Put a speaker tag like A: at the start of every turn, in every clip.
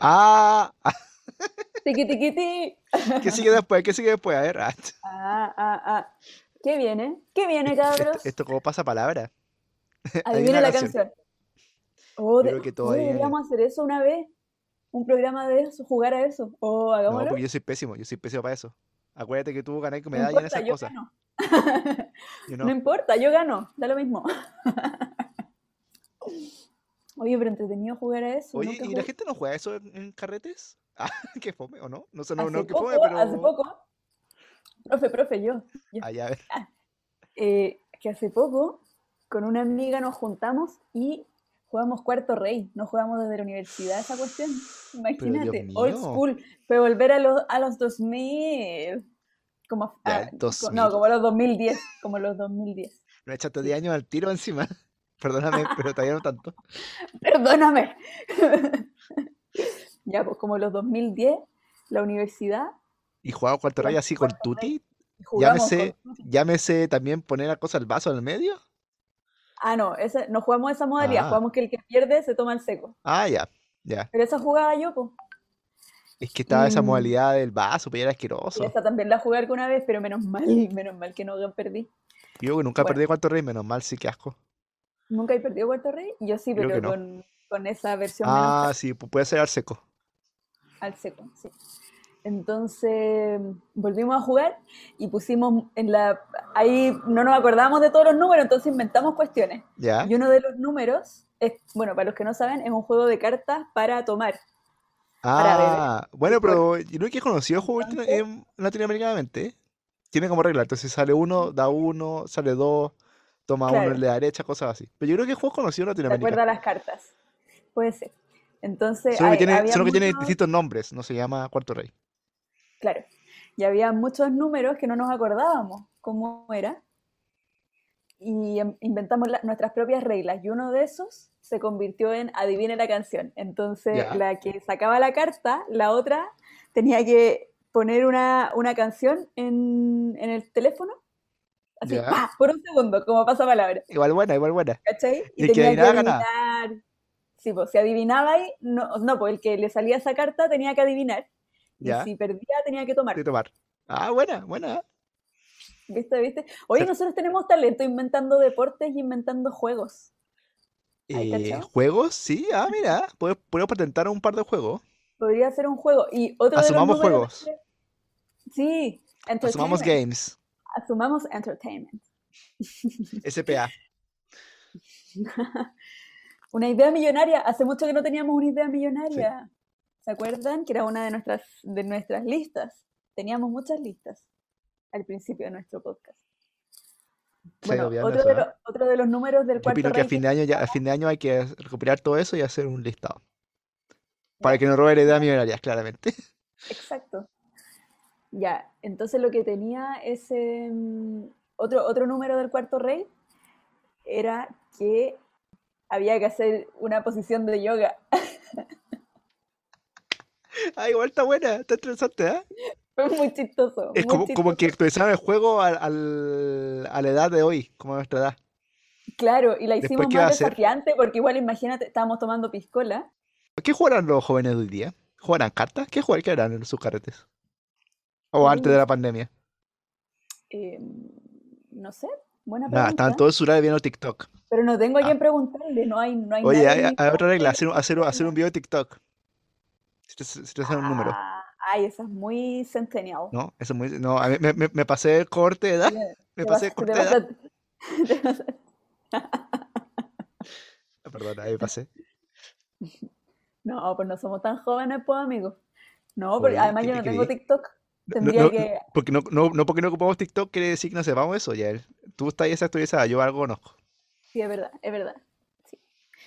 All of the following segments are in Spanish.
A: Ah, ah,
B: Tiqui, tiqui, ti.
A: ¿qué sigue después? ¿Qué sigue después? A ver, ah,
B: Ah, ah, ah. ¿Qué viene? ¿Qué viene,
A: esto, esto,
B: cabros?
A: esto como pasa palabra. Adivina la
B: Adivina la
A: canción.
B: canción. Oh,
A: Yo
B: de-
A: creo que todos
B: oye,
A: adivinan.
B: deberíamos hacer eso una vez. Un programa de eso, jugar a eso. Oh,
A: No,
B: hagámoslo.
A: porque yo soy pésimo, yo soy pésimo para eso. Acuérdate que tú ganas
B: No
A: medalla en
B: importa,
A: esas
B: yo
A: cosas.
B: gano.
A: Yo
B: No
A: no.
B: importa, yo gano. Da lo mismo. Oye, pero entretenido jugar a eso.
A: Oye,
B: Nunca
A: ¿y la
B: jugué.
A: gente no juega eso en, en carretes? Ah, qué fome, ¿o no? No sé, no,
B: Hace
A: no, qué fome,
B: poco, hace
A: pero.
B: poco. Profe, profe, yo. yo.
A: Ay, a ver.
B: eh, que hace poco con una amiga nos juntamos y jugamos cuarto rey, no jugamos desde la universidad esa cuestión.
A: Pero Dios
B: Imagínate, old
A: mío.
B: school, pero volver a los, a los 2000, como, a-
A: Ya,
B: a- co- Ah,
A: 2000.
B: no, como a los 2010, como a los 2010.
A: Me echaste
B: Sí.
A: 10 años al tiro encima. Perdóname, pero todavía no tanto.
B: Perdóname. Ya, pues como a los 2010, la universidad,
A: Y jugaba cuarto rayo
B: jugamos
A: así con
B: cuarto rey
A: tutti.
B: y jugamos con...
A: Llámese, llámese también poner la cosa al vaso en el medio.
B: Ah, no, esa, no jugamos esa modalidad,
A: Ah,
B: jugamos que el que pierde se toma el seco.
A: ah, ya, ya.
B: Pero esa jugaba yo, pues.
A: Es que estaba esa
B: Y,
A: modalidad del vaso, pero era
B: Y
A: asqueroso.
B: esa también la jugué alguna vez, pero menos mal, menos mal que no gan- perdí.
A: Yo que nunca
B: Bueno,
A: perdí cuarto rey, menos mal, sí, que asco.
B: nunca he perdido Puerto Rey, yo sí,
A: Yo que
B: pero
A: no.
B: con, con esa versión menos
A: Ah,
B: ca-
A: sí, pu- puede ser al seco.
B: al seco, sí. Entonces volvimos a jugar y pusimos en la... Ahí no nos acordábamos de todos los números, entonces inventamos cuestiones.
A: ¿Ya?
B: Y uno de los números es, bueno, para los que no saben, es un juego de cartas para tomar, para beber
A: Ah, bueno,
B: licor.
A: pero yo creo que es conocido el juego latino-
B: Entonces,
A: en latinoamericanamente. ¿eh? Tiene como regla, entonces sale uno, da uno, sale dos, toma uno en
B: claro,
A: la derecha, cosas así. Pero yo creo que el juego es conocido en
B: de acuerdo
A: Latinoamérica.
B: a las cartas, puede ser. Entonces
A: Solo que
B: hay-
A: tiene,
B: había
A: solo que tiene
B: muchos...
A: distintos nombres, no se llama Cuarto Rey.
B: Claro. Y había muchos números que no nos acordábamos cómo era. Y em- inventamos la- nuestras propias reglas. Y uno de esos se convirtió en adivine la canción. Entonces,
A: ¿Ya?
B: la que sacaba la carta, la otra tenía que poner una, una canción en, en el teléfono, así,
A: ¿Ya?
B: ¡pa! por un segundo, como pasapalabra.
A: Igual buena, igual buena.
B: ¿Cachai? Y
A: El que
B: tenía que
A: adivinaba ganaba.
B: adivinar. Sí, pues si adivinaba ahí, no, no, pues el que le salía esa carta tenía que adivinar. Y
A: ¿Ya?
B: si perdía, tenía que
A: De
B: tomar.
A: tomar. Ah, buena, buena.
B: ¿Viste, viste? Oye,
A: Pero,
B: nosotros tenemos talento inventando deportes y inventando juegos. ¿Ahí
A: eh,
B: cachado?
A: ¿juegos? Sí, ah, mira. Puedo, puedo patentar un par de juegos.
B: Podría ser un juego. Y otro de los
A: Asumamos
B: números
A: juegos.
B: de... Sí,
A: Asumamos
B: entertainment.
A: games.
B: Asumamos entertainment.
A: SPA.
B: Una idea millonaria. Hace mucho que no teníamos una idea
A: Sí.
B: millonaria. ¿Se acuerdan? Que era una de nuestras, de nuestras listas. Teníamos muchas listas al principio de nuestro podcast.
A: Se ha ido
B: Bueno,
A: olvidando
B: otro
A: eso,
B: de,
A: ¿ah?
B: lo- otro de los números del
A: Yo
B: cuarto
A: opino que a
B: rey que
A: fin de año ya, a fin de año hay que recuperar todo eso y hacer un listado. Para
B: ya,
A: que no robe la idea
B: ya,
A: millonaria, claramente.
B: exacto. Ya, entonces lo que tenía ese mm, otro, otro número del cuarto rey era que había que hacer una posición de yoga.
A: Ah, igual está buena, está interesante, ¿eh?
B: Fue muy chistoso,
A: Es
B: muy
A: como, como que
B: chistoso.
A: actualizaron el juego al, al- a la edad de hoy, como a nuestra edad.
B: Claro, y la
A: Después,
B: hicimos
A: ¿qué va
B: más
A: a hacer?
B: desafiante porque igual imagínate, estábamos tomando piscola.
A: ¿Qué jugarán los jóvenes de hoy día? ¿Jugarán cartas? ¿Qué jugar? ¿Qué harán en sus carretes? O antes de
B: Uh,
A: la pandemia.
B: eh, no sé, buena
A: Nada, estaban
B: pregunta.
A: todos surados viendo TikTok.
B: Pero no tengo a
A: Ah,
B: quién preguntarle, no hay, no hay
A: oye, hay,
B: nadie
A: hay
B: con
A: otra regla, hacer, un- hacer, un- hacer un
B: reglas.
A: video de TikTok. Si te, si te hacen un número,
B: Ah, ay, esa es muy centennial.
A: ¿no? Eso es muy, no, a mí- me, me, me pasé el corte de edad.
B: Te
A: Me
B: te
A: pasé el
B: pasaste, te
A: corte de edad.
B: pasaste. te pasaste.
A: Ah, Perdón, ahí me pasé.
B: No, pues no somos tan jóvenes, pues amigos. No, porque
A: Oye,
B: además
A: ¿qué
B: yo
A: te
B: no tengo
A: creí?
B: TikTok.
A: No, no,
B: Tendría
A: no, no,
B: que...
A: porque no, no, no porque no ocupamos TikTok quiere decir que no sepamos eso, ya. Tú estás esa actualizada, yo algo conozco.
B: Sí, es verdad, es verdad. Sí.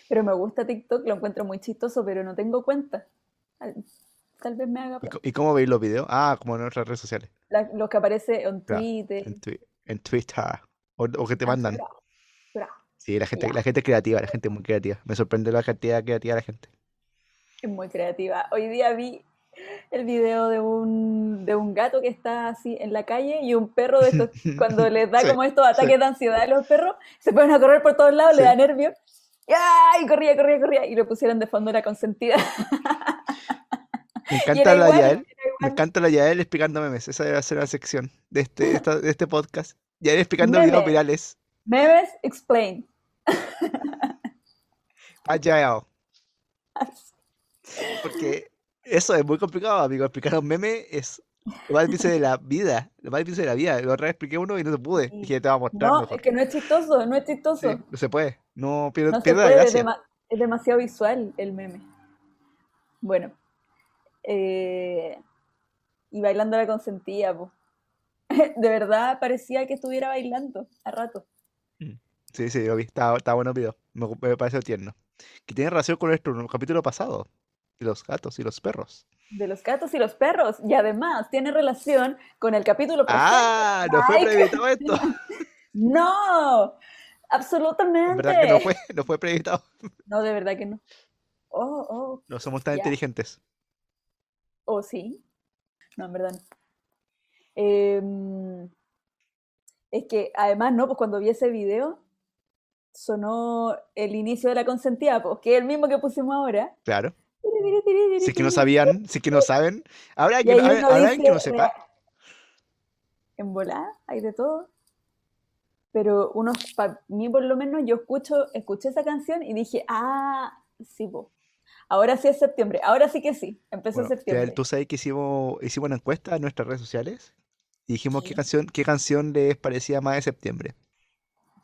B: Pero me gusta TikTok, lo encuentro muy chistoso, pero no tengo cuenta. Tal, tal vez me haga
A: ¿Y, co-
B: pronto.
A: y cómo veis los videos? Ah, como en otras redes sociales.
B: La- los que aparece en
A: Claro,
B: Twitter,
A: en, Twi- en Twitter. O, o que te
B: en
A: mandan.
B: Twitter, Twitter,
A: Sí, la gente,
B: Ah, ya.
A: la gente es creativa, la gente es muy creativa. Me sorprende la cantidad de creativa de la gente.
B: Es muy creativa. Hoy día vi el video de un, de un gato que está así en la calle y un perro de estos, cuando les da
A: Sí,
B: como estos
A: sí,
B: ataques de ansiedad a los perros, se ponen a correr por todos lados, le da
A: sí.
B: nervios. ¡Ay! Corría, corría, corría. Y lo pusieron de fondo la consentida.
A: Me
B: Y
A: encanta
B: era
A: la
B: igual,
A: Yael.
B: era
A: Me
B: igual.
A: encanta la Yael explicando memes. Esa debe ser la sección de este, de esta- de este podcast. Yael explicando videos
B: Memes.
A: virales.
B: Memes explain.
A: A Yael. Porque eso es muy complicado, amigo. Explicar un meme es lo más difícil de la vida. Lo más difícil de la vida. Lo otra vez expliqué uno y no se pude.
B: Sí.
A: Dije, te va a mostrar
B: No,
A: mejor.
B: es que no es chistoso, no es
A: Sí,
B: chistoso.
A: no se puede. No pierde,
B: No se
A: pierde la
B: puede, es,
A: gracia.
B: dema- es demasiado visual el meme. Bueno, eh, y bailando la consentía, po. De verdad parecía que estuviera bailando a rato.
A: Sí, sí, lo vi. Está, está bueno el video. Me, gu- me pareció tierno. Que tiene relación con nuestro capítulo pasado. De los gatos y los perros.
B: De los gatos y los perros. Y además tiene relación con el capítulo pasado.
A: ¡Ah! No fue
B: Ay, qué-
A: premeditado esto.
B: ¡No!
A: En
B: ¡Absolutamente!
A: verdad que no fue, no fue premeditado.
B: No, de verdad que no. Oh, oh,
A: No somos tan
B: Ya.
A: inteligentes.
B: oh, sí. No, en verdad no. Em, es que además, ¿no? Pues cuando vi ese video, sonó el inicio de la consentida, pues, que es el mismo que pusimos ahora.
A: Claro. Si es que no sabían, si es que no saben. Habrá, que,
B: Y ahí
A: no- habrá-
B: uno
A: habrá
B: dice,
A: que no sepa.
B: "Mira, En volada, hay de todo. Pero unos, para mí por lo menos, yo escucho, escuché esa canción y dije, ah, sí, po. Ahora sí es septiembre, ahora sí que sí, empezó
A: Bueno, ya el-
B: septiembre.
A: tú sabes que hicimos, hicimos una encuesta en nuestras redes sociales y dijimos qué
B: Sí.
A: canción, qué canción les parecía más de septiembre.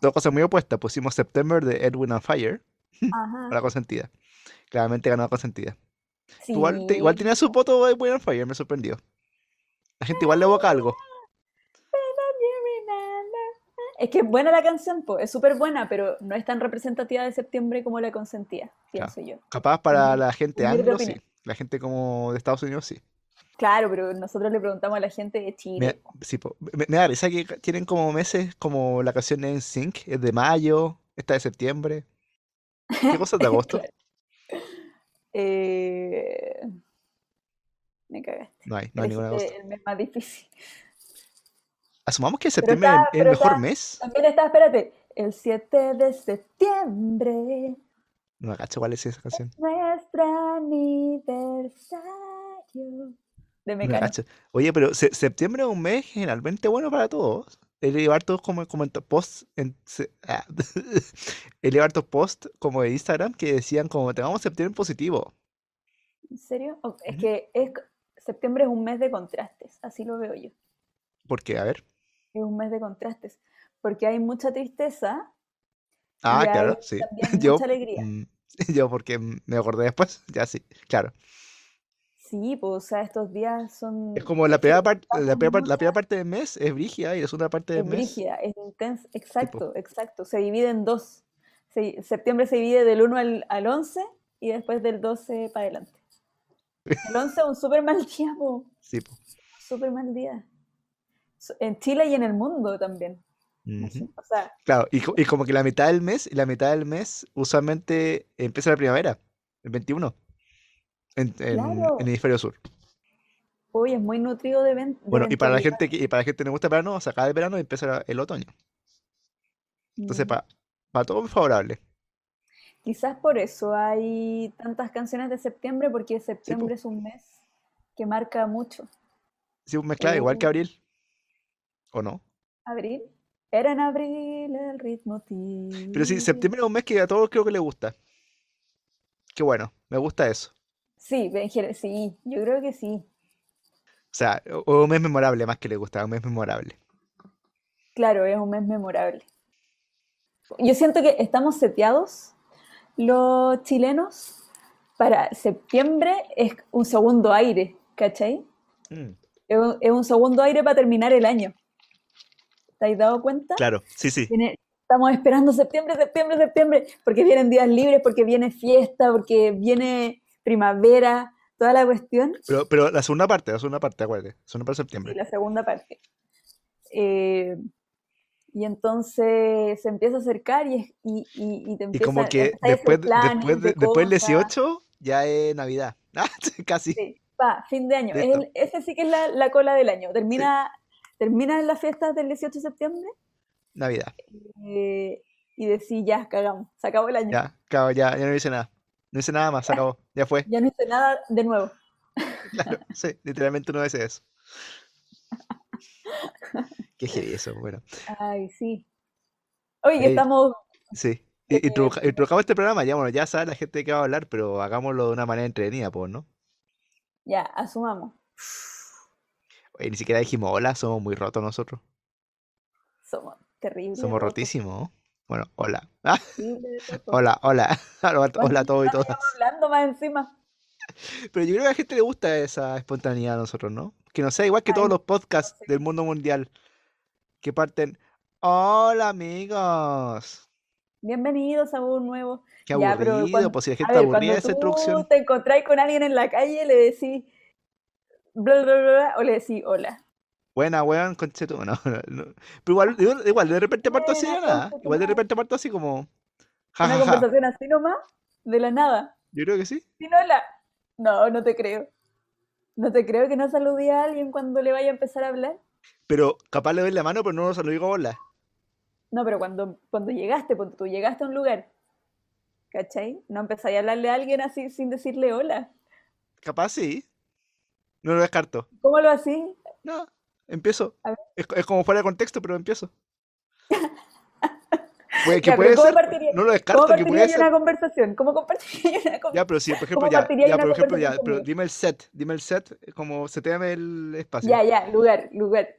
A: Dos cosas muy opuestas. Pusimos September de Edwin on Fire
B: Ajá,
A: para consentida. Claramente ganó la consentida.
B: sí.
A: Igual, te- igual tenía su voto de Edwin on Fire, me sorprendió. La gente igual le evoca algo.
B: Es que es buena la canción, po, es súper buena, pero no es tan representativa de septiembre como la consentía, pienso yo.
A: Capaz para
B: Mm,
A: la gente
B: humilde
A: anglo, sí.
B: opinión.
A: La gente como de Estados Unidos, sí.
B: Claro, pero nosotros le preguntamos a la gente de
A: Me,
B: Chile.
A: da- sí, po. me, me da risa que ca- tienen como meses como la canción de NSYNC, es de mayo, esta de septiembre. ¿Qué cosas de agosto?
B: Claro. Eh, Me cagaste.
A: No hay, no hay ninguna de agosto.
B: Elegiste el mes más difícil.
A: Asumamos que
B: Pero
A: septiembre es
B: está-
A: el- el
B: pero
A: mejor
B: está-
A: mes.
B: También está, espérate, el 7 de septiembre,
A: No me cacho cuál es esa canción.
B: nuestro aniversario. De
A: No me
B: Mecano.
A: cacho. Oye, pero se- septiembre es un mes generalmente bueno para todos. El llevar todos como, como en to- post en, se- ah, he leído hartos post como de Instagram que decían como tengamos septiembre positivo.
B: ¿En serio? Oh, es
A: Ujú.
B: que es, c- septiembre es un mes de contrastes, así lo veo yo.
A: Porque, a ver.
B: Es un mes de contrastes, porque hay mucha tristeza
A: Ah,
B: y hay
A: claro, sí.
B: también
A: Yo,
B: mucha alegría.
A: mm, yo porque mm, me acordé después, ya sí, claro.
B: Sí, pues, o sea, estos días son...
A: Es como la
B: Mm, es que
A: primera parte, la
B: pasan
A: primera, par- la
B: muchas-
A: primera parte del mes es brígida y la segunda parte del
B: Es
A: mes.
B: brígida, es intensa, exacto, exacto. Se divide en dos. Se- septiembre se divide del 1 al, al 11 y después del 12 para adelante. El 11 es un súper mal día, po,
A: Sí, po.
B: súper mal día. So- En Chile y en el mundo también.
A: Ujú.
B: así, O sea,
A: Claro, y, co- y como que la mitad del mes, la mitad del mes usualmente empieza la primavera, el 21, en, en- en el
B: Claro.
A: hemisferio sur.
B: hoy es muy nutrido de, event- de
A: Bueno, y para la
B: eventualidad.
A: gente que, y para la gente que no gusta el verano, se acaba el verano y empieza la- el otoño. Entonces,
B: Mm.
A: para, para todo es favorable.
B: Quizás por eso hay tantas canciones de septiembre, porque septiembre es un mes que marca mucho.
A: Si un mezcla igual que
B: Eh,
A: abril, ¿o no?
B: abril. Era en abril el ritmo
A: Pero sí,
B: tibio.
A: septiembre es un mes que a todos creo que les gusta. Qué bueno, me gusta eso.
B: Sí, en gener- sí, yo creo que sí.
A: O sea, o- o un mes memorable más que le gusta, un mes memorable.
B: Claro, es un mes memorable. Yo siento que estamos seteados los chilenos para septiembre es un segundo aire, ¿cachai?
A: Mm.
B: Es un, es un segundo aire para terminar el año. ¿Te has dado cuenta?
A: Claro, sí, sí.
B: Viene- estamos esperando septiembre, septiembre, septiembre, porque vienen días libres, porque viene fiesta, porque viene primavera, toda la cuestión.
A: Pero, pero la segunda parte, la segunda parte, acuérdate. Segunda parte de
B: y
A: septiembre.
B: la segunda parte. Eh, y entonces se empieza a acercar y, es- y, y, y te
A: Y como
B: empiezan
A: que
B: empezáis a hacer
A: después, de-
B: planes
A: después,
B: de
A: de- después del
B: cosas.
A: 18 ya es Navidad. Ah, sí, casi.
B: sí, pa, fin de año. Es
A: Listo.
B: el- ese sí que es la, la cola del año. Termina, terminan las fiestas del 18 de septiembre
A: Navidad.
B: eh, y decís, ya, cagamos, se acabó el año.
A: Ya, claro, ya, ya no dice nada. No hice nada más, se acabó. Ya fue.
B: Ya no hice nada de nuevo.
A: Claro, sí, literalmente uno dice eso. Qué heavy eso, bueno.
B: Ay, sí. Oye, que
A: Ey,
B: estamos.
A: Sí.
B: eh,
A: Y, introduja- introduzcamos este programa, ya bueno, ya sabe la gente que va a hablar, pero hagámoslo de una manera entretenida, pues, ¿no?
B: ya, asumamos.
A: Oye, ni siquiera dijimos hola, somos muy rotos nosotros.
B: Somos terribles.
A: Somos
B: rotos,
A: rotísimos. ¿no? Bueno, hola. Ah,
B: terribles, rotos.
A: hola, hola. Hola a to-
B: Oye,
A: hola a todos y
B: estamos
A: todas.
B: Hablando más encima.
A: Pero yo creo que a la gente le gusta esa espontaneidad a nosotros, ¿no? Que no sea igual que
B: Ay,
A: todos
B: no
A: los podcasts
B: sé.
A: del mundo mundial que parten. Hola amigos.
B: Bienvenidos a un nuevo.
A: Qué
B: Ya, pero
A: aburrido,
B: cuando-
A: pues si la
B: A
A: gente
B: ver,
A: aburrida
B: cuando
A: de esa
B: tú
A: introducción.
B: te encontrás con alguien en la calle, le decís bla, bla, bla, bla, o le decís hola.
A: Buena, weón, conche tu- No, no, no. Pero igual, igual, igual, de repente parto así de
B: Buena,
A: nada.
B: conche tu
A: Igual de
B: madre.
A: repente parto así como. Ja,
B: Una
A: ja, ja.
B: conversación así nomás, de la nada.
A: Yo creo que sí.
B: Sin hola. No, no te creo. No te creo que no saludé a alguien cuando le vaya a empezar a hablar.
A: Pero capaz le doy la mano, pero no se lo digo hola.
B: No, pero cuando, cuando llegaste, cuando tú llegaste a un lugar, ¿cachai? No empezáis a hablarle a alguien así sin decirle hola.
A: Capaz sí. No lo descarto.
B: ¿Cómo lo hacís?
A: No, empiezo.
B: A ver.
A: Es, co- es como fuera de contexto, pero empiezo. Pues, que
B: Ya,
A: puede
B: pero ¿cómo
A: ser.
B: partiría-
A: No lo
B: ¿Cómo
A: descarto, que
B: partiría
A: puede
B: yo
A: ser.
B: una conversación? ¿Cómo compartiría yo una
A: Ya,
B: conversación?
A: pero sí, por ejemplo,
B: ¿Cómo
A: ya,
B: partiría
A: ya,
B: yo una
A: por ejemplo,
B: conversación
A: ya, pero
B: conmigo?
A: dime el set, dime el set, eh, como seteame el espacio.
B: Ya, ya, lugar, lugar.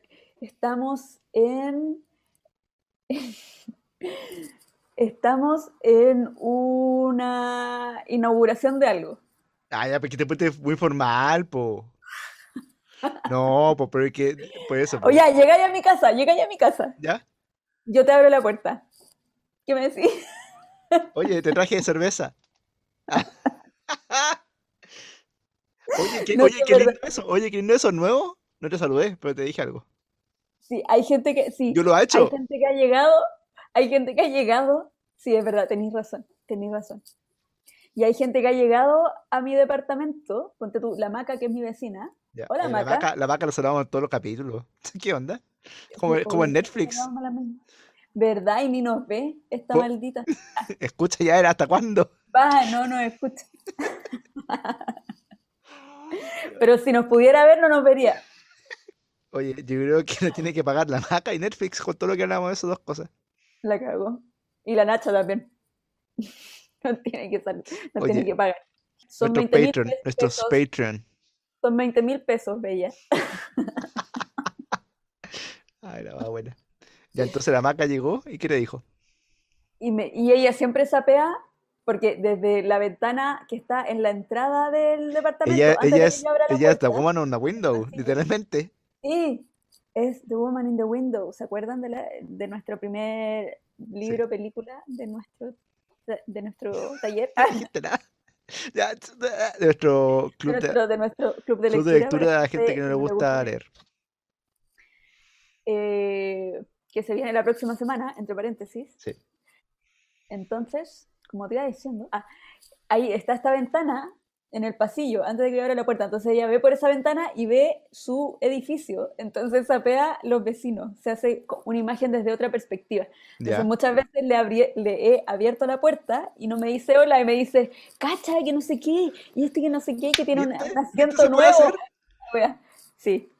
B: Estamos en... Estamos en una inauguración de algo.
A: Ah, ya, porque te pones muy formal, po. No, po, pero es que, por eso,
B: O
A: po.
B: ya, llegáis a mi casa, llegáis a mi casa.
A: ¿Ya?
B: Yo te abro la puerta. ¿Qué me decís?
A: Oye, te traje cerveza. Oye, qué,
B: No,
A: oye,
B: de
A: qué
B: verdad.
A: lindo eso. Oye, qué lindo eso, nuevo. No te saludé, pero te dije algo.
B: Sí, hay gente que, sí,
A: Yo lo he
B: hay
A: hecho.
B: gente que ha llegado, hay gente que ha llegado, sí, es verdad, tenéis razón, tenéis razón. Y hay gente que ha llegado a mi departamento, ponte tú, la Maca, que es mi vecina.
A: Ya,
B: Hola,
A: oye, la
B: Maca.
A: vaca, la vaca la saludamos en todos los capítulos. ¿Qué onda? Como,
B: Sí,
A: en- como en
B: obvio, siempre
A: Netflix.
B: llegamos a la misma. ¿Verdad? Y ni nos ve, esta
A: Co-
B: maldita.
A: Escucha ya, era hasta cuándo.
B: Va, no nos escucha. Pero si nos pudiera ver, no nos vería.
A: Oye, yo creo que nos tiene que pagar la vaca y Netflix con todo lo que hablamos de esas dos cosas.
B: La cagó. Y la Nacha también. No tiene que salir, no
A: Oye,
B: tiene que pagar. Son
A: Nuestros
B: 20 mil
A: Patreon, nuestros
B: pesos,
A: Patreon.
B: son 20 mil pesos, bella.
A: Ay, la va buena. Ya entonces la maca llegó y ¿qué le dijo?
B: Y, me- y ella siempre sapea porque desde la ventana que está en la entrada del departamento,
A: Ella,
B: antes de
A: ella
B: que
A: es,
B: yo abra la
A: ella es la
B: puerta,
A: woman on the window,
B: así es.
A: literalmente.
B: sí, es The Woman in the Window. ¿Se acuerdan de, la- de nuestro primer libro, película, de nuestro, de, de nuestro taller,
A: No dijiste nada. Ya, ts- ah, de nuestro
B: de,
A: club de,
B: nuestro, de nuestro club de
A: club de
B: lectura? para
A: lectura de la gente que no le
B: no le gusta
A: gusta
B: leer?
A: leer.
B: Eh, que se viene la próxima semana, entre paréntesis.
A: Sí.
B: Entonces, como te iba diciendo, ah, ahí está esta ventana en el pasillo, antes de que yo abra la puerta. Entonces ella ve por esa ventana y ve su edificio. Entonces sapea los vecinos, se hace co- una imagen desde otra perspectiva. Entonces
A: Ya.
B: muchas veces le, abrí- le he abierto la puerta y no me dice hola, y me dice, cacha, que no sé qué, y este que no sé qué, que tiene un,
A: ¿Viste?
B: un
A: ¿Viste?
B: asiento
A: ¿Se puede
B: nuevo.
A: hacer?
B: Wea. Sí,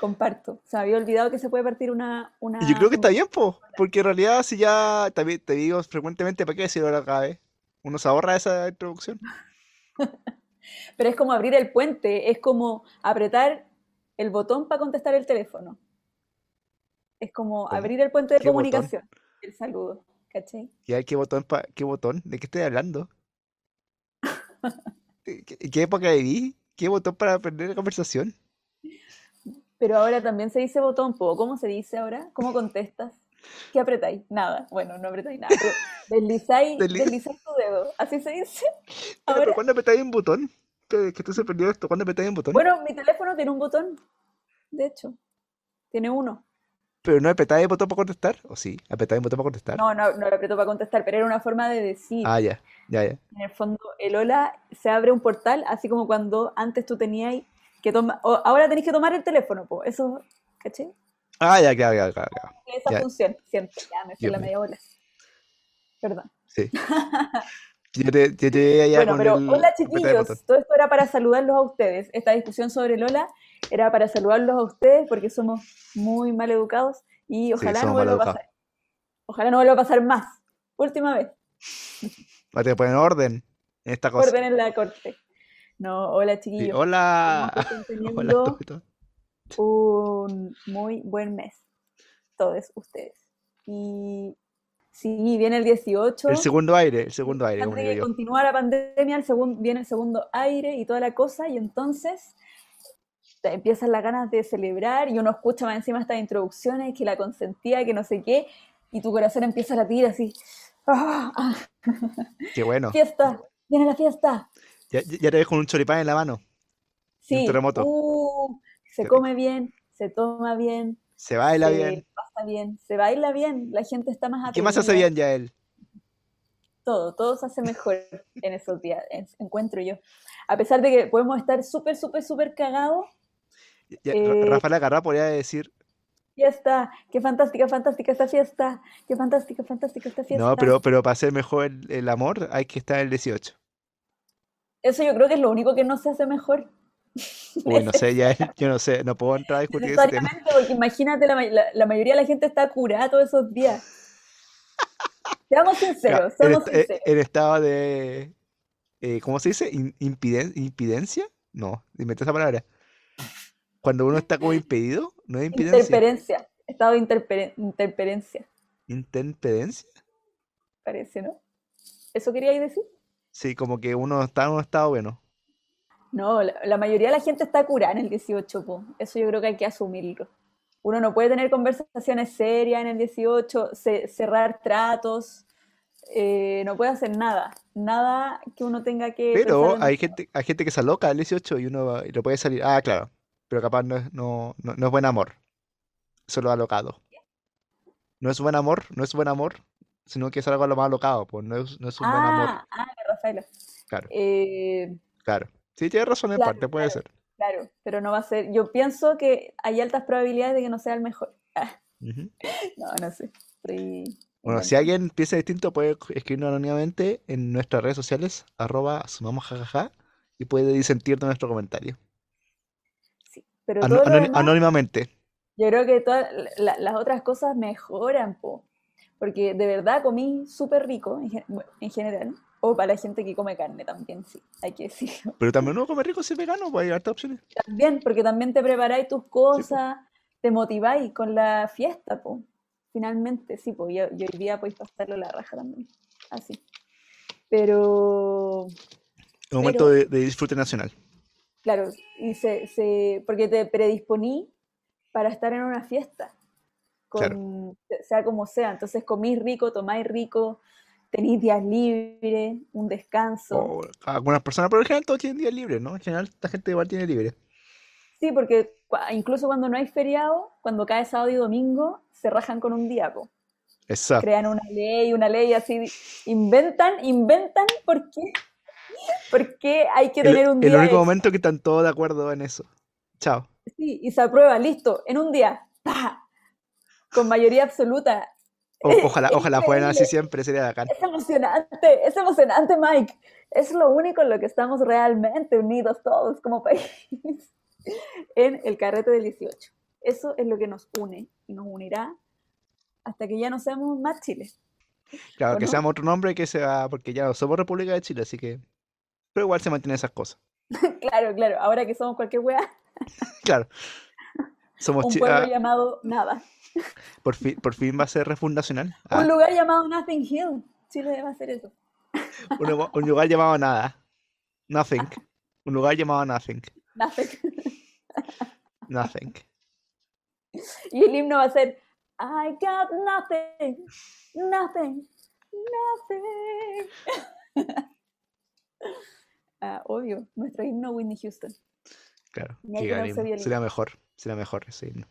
B: comparto. Se me había olvidado que se puede partir una,
A: Y yo creo
B: una
A: que está
B: conversación.
A: bien, po, porque en realidad si ya también te digo frecuentemente, ¿para qué decirlo ahora cada vez? Uno se ahorra esa introducción.
B: Pero es como abrir el puente, es como apretar el botón para contestar el teléfono. Es como
A: ¿Cómo?
B: abrir el puente de
A: ¿Qué botón?
B: comunicación. El saludo, ¿cachai?
A: Ya, ¿qué botón? pa- ¿Qué botón? ¿De qué estoy hablando? ¿Qué, qué- qué época viví? ¿Qué botón para aprender la conversación?
B: Pero ahora también se dice botón, po. ¿Cómo se dice ahora? ¿Cómo contestas? ¿Qué apretáis? Nada. Bueno, no apretáis nada, pero deslizáis,
A: Desliz-
B: deslizáis tu dedo. ¿Así se dice
A: Espera, pero
B: ahora?
A: ¿cuándo apretáis un botón? Que, que estoy sorprendido de esto. ¿Cuándo apretáis un botón?
B: Bueno, mi teléfono tiene un botón, de hecho. Tiene uno.
A: ¿Pero no apretáis el botón para contestar? ¿O sí? ¿Apretáis el botón para contestar?
B: No, no, no lo apretó para contestar, pero era una forma de decir.
A: Ah, ya, ya, ya.
B: En el fondo, el hola se abre un portal, así como cuando antes tú tenías que tomar, ahora tenés que tomar el teléfono, po. Eso, ¿caché?
A: Ah, ya, claro, claro, claro, claro.
B: Esa
A: Ya,
B: función, siento, ya me fui
A: Dios
B: la
A: mío.
B: media bola. Perdón.
A: Sí. Yo te, yo te veía ya
B: Bueno,
A: con
B: pero
A: el
B: hola
A: apretar el botón.
B: chiquillos, todo esto era para saludarlos a ustedes. Esta discusión sobre Lola era para saludarlos a ustedes porque somos muy mal educados y ojalá no
A: somos
B: vuelva a
A: maleducados.
B: pasar. Ojalá no vuelva a pasar más. Última vez,
A: Para que poner orden en esta cosa.
B: orden en la corte. No, hola
A: Sí,
B: chiquillos. esperamos
A: hola.
B: que estén
A: Hola,
B: teniendo
A: todo- todo.
B: un muy buen mes, todos ustedes. Y si viene el 18,
A: El segundo aire, el segundo aire, como
B: antes
A: digo
B: de que
A: yo.
B: continúa la pandemia, el segun- viene el segundo aire y toda la cosa, y entonces te empiezan las ganas de celebrar, y uno escucha más encima estas introducciones, que la consentía, que no sé qué, y tu corazón empieza a latir así, ¡ah! ah,
A: Qué bueno.
B: ¡Fiesta! ¡Viene la fiesta!
A: Ya, ya- ya te ves con un choripán en la mano. Y un
B: Sí,
A: terremoto.
B: ¡uh!
A: Qué
B: se
A: rico.
B: come bien, se toma bien,
A: Se baila
B: se
A: bien.
B: pasa bien, se baila bien, la gente está más
A: ¿Y ¿Qué más hace
B: atendida,
A: bien ya él?
B: Todo, todo se hace mejor en esos días, en- encuentro yo. A pesar de que podemos estar súper, súper, súper cagados,
A: Ya-
B: Eh,
A: Ra- Rafael Agarra podría decir,
B: fiesta, qué fantástica, fantástica esta fiesta, qué fantástica, fantástica esta fiesta.
A: no, pero, pero para hacer mejor el, el amor hay que estar en el 18.
B: Eso yo creo que es lo único que no se hace mejor.
A: Uy, no sé, ya él- yo no sé, no puedo entrar a discutir ese tema.
B: Necesariamente, porque imagínate, la, ma- la- la mayoría de la gente está curada todos esos días. Seamos
A: Ya,
B: sinceros,
A: en,
B: seamos
A: est- eh,
B: sinceros.
A: en estado de, eh, ¿cómo se dice? In- impiden- ¿Impidencia? No, inventé esa palabra. Cuando uno está como impedido, no es impidencia.
B: Interferencia, estado de interperen- interferencia,
A: ¿Interpedencia?
B: parece, ¿no? ¿Eso queríais decir?
A: Sí, como que uno está en un estado bueno.
B: No, la, la mayoría de la gente está curada en el 18, po. Eso yo creo que hay que asumirlo. Uno no puede tener conversaciones serias en el 18, ce- cerrar tratos, eh, no puede hacer nada, nada que uno tenga que pensar
A: Pero
B: en-
A: hay gente, hay gente que se aloca el 18 y uno va- y lo puede salir. Ah, claro. Pero capaz no es, no, no, no es buen amor. Solo alocado. No es buen amor, no es buen amor, sino que es algo a lo más alocado, pues no es, no es un buen amor.
B: Ah, ah, Rafaela.
A: Claro,
B: Eh,
A: claro. Sí, tienes razón en
B: Claro,
A: parte, puede ser.
B: claro, pero no va a ser. Yo pienso que hay altas probabilidades de que no sea el mejor.
A: Ujú.
B: No, no sé. Estoy
A: Bueno, si
B: inventando.
A: alguien piensa distinto, puede c- escribirnos anónimamente en nuestras redes sociales, arroba sumamos jajaja, y puede disentir de nuestro comentario.
B: Sí, Pero
A: Ano-
B: todo lo
A: anóni-
B: demás.
A: anónimamente.
B: Yo creo que todas la- las otras cosas mejoran, po. Porque de verdad comí súper rico en, gen- bueno, en general. O para la gente que come carne también, sí, hay que decirlo.
A: Pero también uno come rico si es vegano, pues hay hartas opciones.
B: También, porque también te preparáis tus cosas, te motiváis con la fiesta, po. Finalmente, sí, po. Y, ho- y hoy día podéis pasarlo la raja también. Así. Pero,
A: Un momento
B: Pero-
A: de- de disfrute nacional.
B: claro, y se, se- porque te predisponí para estar en una fiesta,
A: Claro.
B: con, se- sea como sea. Entonces comís rico, tomáis rico, tenéis días libres, un descanso.
A: o algunas personas, pero en general todos tienen días libres, ¿no? En general la gente igual tiene libre.
B: Sí, porque cua- incluso cuando no hay feriado, cuando cae sábado y domingo, se rajan con un día, po.
A: Exacto.
B: Crean una ley, una ley así, inventan, inventan, ¿por qué? Porque hay que
A: El,
B: tener un
A: el
B: día
A: único
B: extra.
A: momento que están todos de acuerdo en eso. Chao.
B: Sí, y se aprueba, listo, en un día, ¡pa! con mayoría absoluta.
A: O- ojalá, ojalá fueran así
B: Increíble.
A: siempre, sería bacán.
B: Es emocionante, es emocionante, Mike. Es lo único en lo que estamos realmente unidos todos como país en el carrete del 18. Eso es lo que nos une y nos unirá hasta que ya no seamos más Chile.
A: Claro,
B: ¿o
A: que
B: no?
A: seamos otro nombre que se va, porque ya no somos República de Chile, así que. Pero igual se mantienen esas cosas.
B: Claro, claro, ahora que somos cualquier weá,
A: Claro. Somos
B: un
A: chi-
B: pueblo
A: ah,
B: llamado nada.
A: por, fin, por fin va a ser refundacional. Ah,
B: Un lugar llamado Nothing Hill. Chile va a ser eso.
A: un, lugar- un lugar llamado nada. Nothing. Un lugar llamado nothing.
B: Nothing.
A: Nothing.
B: Y el himno va a ser I got nothing, nothing, nothing. Ah, obvio, nuestro himno Whitney Houston.
A: Claro,
B: Ni hay
A: qué
B: que ponerse
A: garimbo.
B: violín.
A: Será mejor, será mejor ese himno.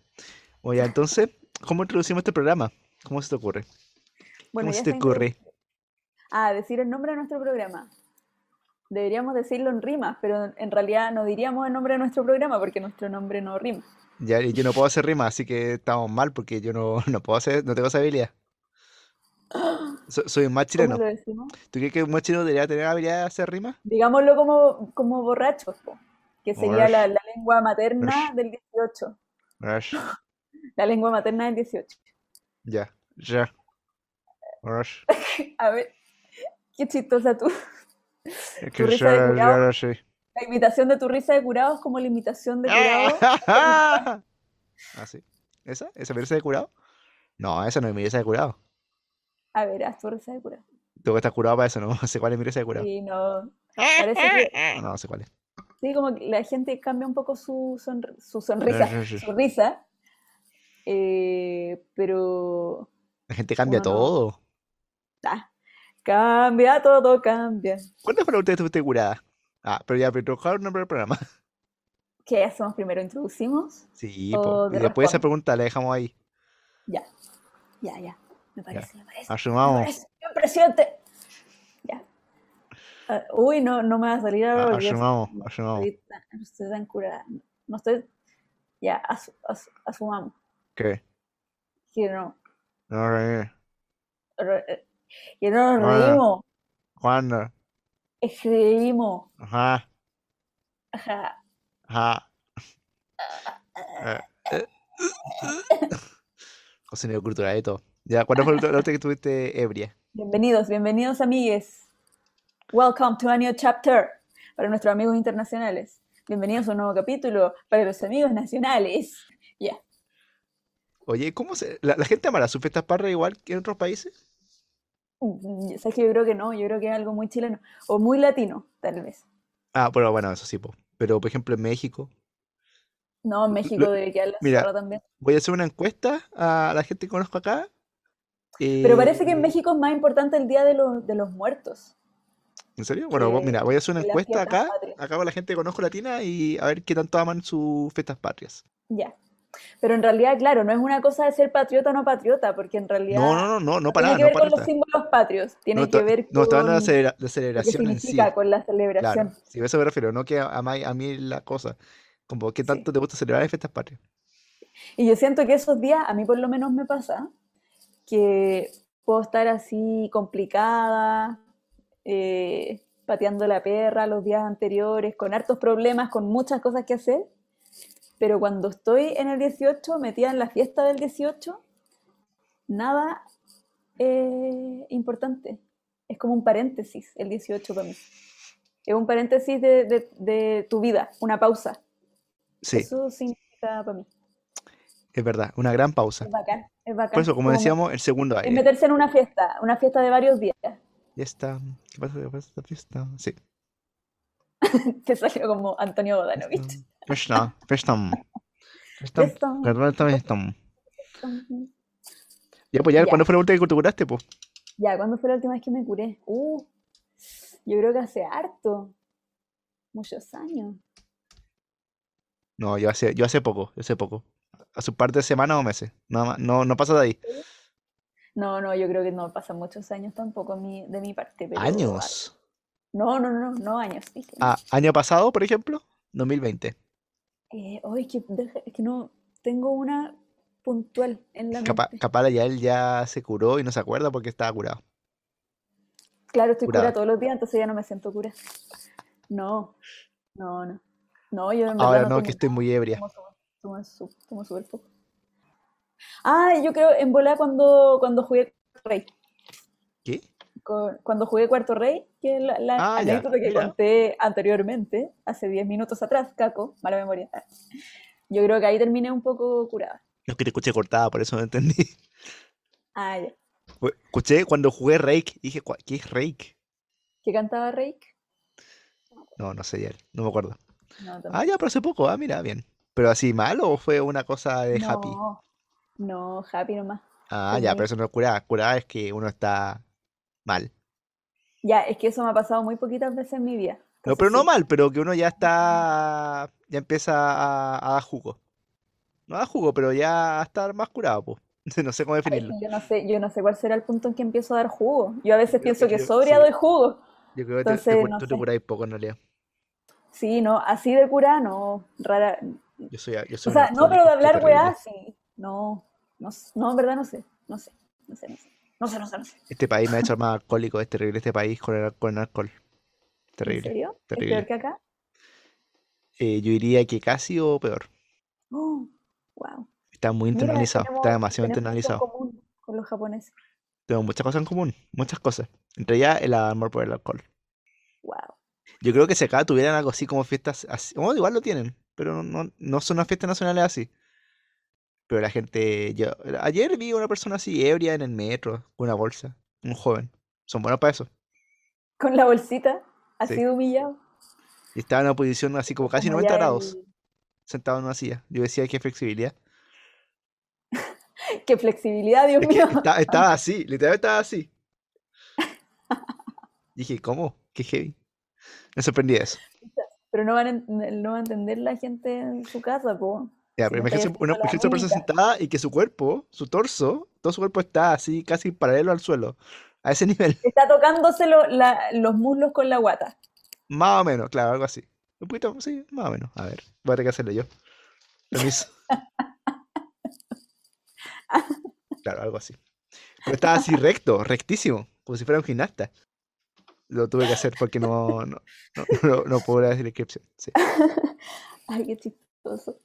A: Oye, entonces, ¿cómo introducimos este programa? ¿Cómo se te ocurre?
B: Bueno,
A: ¿Cómo se
B: ya
A: te
B: está introdu-
A: ocurre?
B: Ah, decir el nombre de nuestro programa. Deberíamos decirlo en rimas, pero en realidad no diríamos el nombre de nuestro programa porque nuestro nombre no rima.
A: Ya, yo no puedo hacer rima, así que estamos mal porque yo no, no puedo hacer, no tengo esa habilidad. So- soy un más
B: ¿Cómo
A: chileno.
B: lo decimos?
A: ¿Tú crees que un más chileno debería tener habilidad de hacer rimas?
B: Digámoslo como, como borrachos, po, que sería
A: Borracho.
B: la, la lengua materna
A: Borracho.
B: del 18.
A: Rush.
B: La lengua materna del 18.
A: Ya, ya. Rush.
B: A ver, qué chistosa tú.
A: Es
B: Tu
A: que
B: risa de
A: ya,
B: curado.
A: ya lo sé.
B: La imitación de tu risa de curado es como la imitación de curado.
A: Ah, sí. ¿Esa? ¿Esa merece de curado? No, esa no es mi risa de curado.
B: A ver, haz tu risa de curado.
A: Tengo que estar curado para eso, no sé cuál es mi risa de curado.
B: Sí, no. Parece que
A: No, no sé cuál es.
B: sí, como que la gente cambia un poco su, sonri- su sonrisa,
A: sí, sí.
B: su risa. eh, pero
A: La gente cambia
B: uno no-
A: todo.
B: ah, cambia, todo cambia.
A: ¿Cuándo fue la última vez que estuviste curada? Ah, pero ya, pero ¿cuál es el nombre del programa?
B: ¿Qué hacemos primero? ¿Introducimos?
A: Sí,
B: O
A: po.
B: de
A: Y después esa
B: respondo.
A: pregunta la dejamos ahí.
B: Ya, ya, ya. Me parece, me parece. Me
A: Asumamos.
B: parece, señor presidente. Ya. Ah, uy, no, no me va a salir ahora
A: a-
B: porque es-
A: Asumamos,
B: no
A: asumamos.
B: estoy tan, no estoy tan curada. No estoy. Ya, asu- asu- asumamos
A: ¿Qué?
B: que no,
A: No, reír.
B: re- eh, que no nos
A: Bueno.
B: reímos,
A: ¿Cuándo?
B: escribimos.
A: Ajá,
B: Ajá.
A: ajá. Eh, eh, Cocinero cultural y todo. Ya, ¿cuándo fue la última la última vez que estuviste ebria?
B: Bienvenidos, bienvenidos, amigues. Welcome to a new chapter para nuestros amigos internacionales. Bienvenidos a un nuevo capítulo para los amigos nacionales. Ya.
A: Oye, ¿cómo se...? ¿La, la gente amará sus fiestas parras igual que en otros países?
B: Mm, Sabes que yo creo que no, yo creo que es algo muy chileno o muy latino, tal vez.
A: Ah, pero bueno, eso sí, po. Pero, por ejemplo, en México...
B: No, en México
A: lo-
B: debe quedar la
A: mira,
B: zorra también.
A: Voy a hacer una encuesta a la gente que conozco acá.
B: Pero parece que en
A: eh,
B: México es más importante el Día de los, de los Muertos
A: ¿En serio? Bueno, vo-
B: que,
A: mira, voy a hacer una
B: que las
A: encuesta
B: fiestas
A: acá,
B: patrias.
A: acá con la gente que conozco latina y a ver qué tanto aman sus fiestas patrias.
B: Ya. Pero en realidad, claro, no es una cosa de ser patriota o no patriota, porque en realidad
A: No, no, no, no, no
B: no tiene
A: para,
B: que
A: no
B: ver
A: para
B: con los
A: nada.
B: símbolos patrios,
A: No,
B: tiene que
A: ta-
B: ver
A: no, está hablando de la,
B: con
A: celebra- la
B: lo que
A: celebración en
B: significa,
A: sí,
B: con la
A: claro.
B: celebración.
A: Sí, a eso me refiero, no que a, a mí, a mí la cosa. Como qué
B: Sí.
A: tanto te gusta celebrar las fiestas patrias.
B: Y yo siento que esos días, a mí por lo menos me pasa, que puedo estar así complicada, eh, pateando la perra los días anteriores, con hartos problemas, con muchas cosas que hacer, pero cuando estoy en el 18, metida en la fiesta del 18, nada eh, importante. Es como un paréntesis el 18 para mí. Es un paréntesis de, de- de tu vida, una pausa.
A: Sí,
B: Eso significa para mí.
A: es verdad, una gran pausa.
B: Es bacán, es
A: Por
B: bacán.
A: eso, como
B: Como me-
A: decíamos, eh, el segundo
B: es
A: aire.
B: meterse en una fiesta, una fiesta de varios días.
A: Ya está. ¿Qué pasa? ¿Qué pasa esta fiesta? Sí.
B: Te salió como Antonio
A: Fiesta.
B: Bodanovich.
A: Fiesta. Fiesta. Fiesta.
B: Fiesta.
A: Perdón, esta fiesta. Ya, pues ya,
B: Ya,
A: ¿cuándo fue la última vez que te curaste, pues?
B: ya, ¿cuándo fue la última vez que me curé? Uh, yo creo que hace harto, muchos años.
A: No, yo hace, yo hace poco, yo hace poco. Hace un par de semanas o meses. Nada más, no, no pasa de ahí.
B: No, no, yo creo que no pasan muchos años tampoco mi- de mi parte, pero... al-
A: Años.
B: No, no, no, no años, dije, no.
A: Ah, año pasado, por ejemplo, 2020.
B: Eh, oh, es que, deja- es que no, tengo una puntual en la
A: Capaz,
B: mente.
A: capaz ya él ya se curó y no se acuerda porque estaba curado.
B: Claro, estoy cura
A: Curada.
B: todos los días, entonces ya no me siento cura. No, no, no. No, yo en verdad
A: Ahora
B: no
A: no, que
B: tomo
A: estoy muy ebria.
B: Tomo, tomo, tomo su- tomo súper poco. Ah, yo creo en volá cuando, cuando jugué Cuarto Rey.
A: ¿Qué?
B: con- cuando jugué Cuarto Rey, que es la, la
A: Ah, ya,
B: anécdota que
A: mira.
B: conté anteriormente, hace 10 minutos atrás, Caco, mala memoria. Yo creo que ahí terminé un poco curada.
A: No, es que te escuché cortada, por eso no entendí.
B: Ah, ya.
A: Fue- Escuché cuando jugué Rake. Dije, "Cua- ¿qué es Rake?
B: ¿Qué cantaba Rake?
A: No, no sé, ya, no me acuerdo.
B: No,
A: Ah,
B: tampoco.
A: ya, pero hace poco. Ah, mira, bien. ¿Pero así malo o fue una cosa de happy?
B: No, no, Happy nomás.
A: Ah,
B: Fue
A: ya, pero
B: muy...
A: eso no es curada. Curada es que uno está mal.
B: Ya, es que eso me ha pasado muy poquitas veces en mi vida.
A: No, pero
B: Entonces
A: no
B: sí.
A: mal, pero que uno ya está, ya empieza a, a dar jugo. No a dar jugo, pero ya a estar más curado, pues. No sé cómo
B: Ay, que
A: definirlo.
B: yo no sé, yo no sé cuál será el punto en que empiezo a dar jugo. Yo a veces
A: Yo,
B: pienso que
A: yo-
B: sobria
A: sí,
B: doy jugo.
A: yo creo que te, te
B: Entonces,
A: cu-
B: no
A: tú te
B: sé.
A: curáis poco en realidad.
B: Sí, no, así de cura, no, rara.
A: Yo soy, a- yo
B: O
A: soy un
B: sea, no,
A: alcohólico,
B: pero de
A: qué
B: hablar
A: terrible.
B: weá, sí. No, no, s- no, en verdad no sé, no sé, no sé, no sé. No sé, no sé, no sé.
A: Este país me ha hecho más alcohólico, es terrible este país con el, al- con el alcohol.
B: ¿En
A: Terrible,
B: serio? ¿Es
A: terrible.
B: peor que acá?
A: Eh, yo diría que casi o peor.
B: ¡Oh! wow.
A: Está muy
B: Mira,
A: internalizado, está
B: tenemos,
A: demasiado
B: tenemos mucho en
A: internalizado.
B: común con los japoneses.
A: Tenemos muchas cosas en común, muchas cosas. Entre ellas el amor por el alcohol.
B: Wow.
A: Yo creo que si acá tuvieran algo así como fiestas así, bueno, igual lo tienen, pero no, no, no son unas fiestas nacionales así. Pero la gente, yo, ayer vi a una persona así ebria en el metro, con una bolsa, un joven. Son buenos para eso.
B: Con la bolsita, ha
A: Sí.
B: sido humillado.
A: Y estaba en una posición así como casi
B: Como
A: 90
B: ya
A: grados,
B: el...
A: sentado en una silla. Yo decía, qué flexibilidad.
B: ¡Qué flexibilidad, Dios
A: Es que
B: mío!
A: está- estaba así, literalmente estaba así. Dije, ¿cómo? Qué heavy. Me sorprendía eso.
B: Pero no van a, en- no va a entender la gente en su casa, po.
A: Ya,
B: Si
A: pero
B: no estáis
A: imagínense una,
B: haciendo la
A: imagínense una persona
B: única.
A: sentada y que su cuerpo, su torso, todo su cuerpo está así casi paralelo al suelo. A ese nivel,
B: Está tocándose lo- la- los muslos con la guata.
A: más o menos, claro, algo así. Un poquito, sí, más o menos. A ver, voy a tener que hacerlo yo. Permiso. Claro, algo así. Pero estaba así recto, rectísimo, como si fuera un gimnasta. Lo tuve que hacer porque no, no, no, no, no puedo leer la descripción. Sí.
B: Ay, qué chistoso.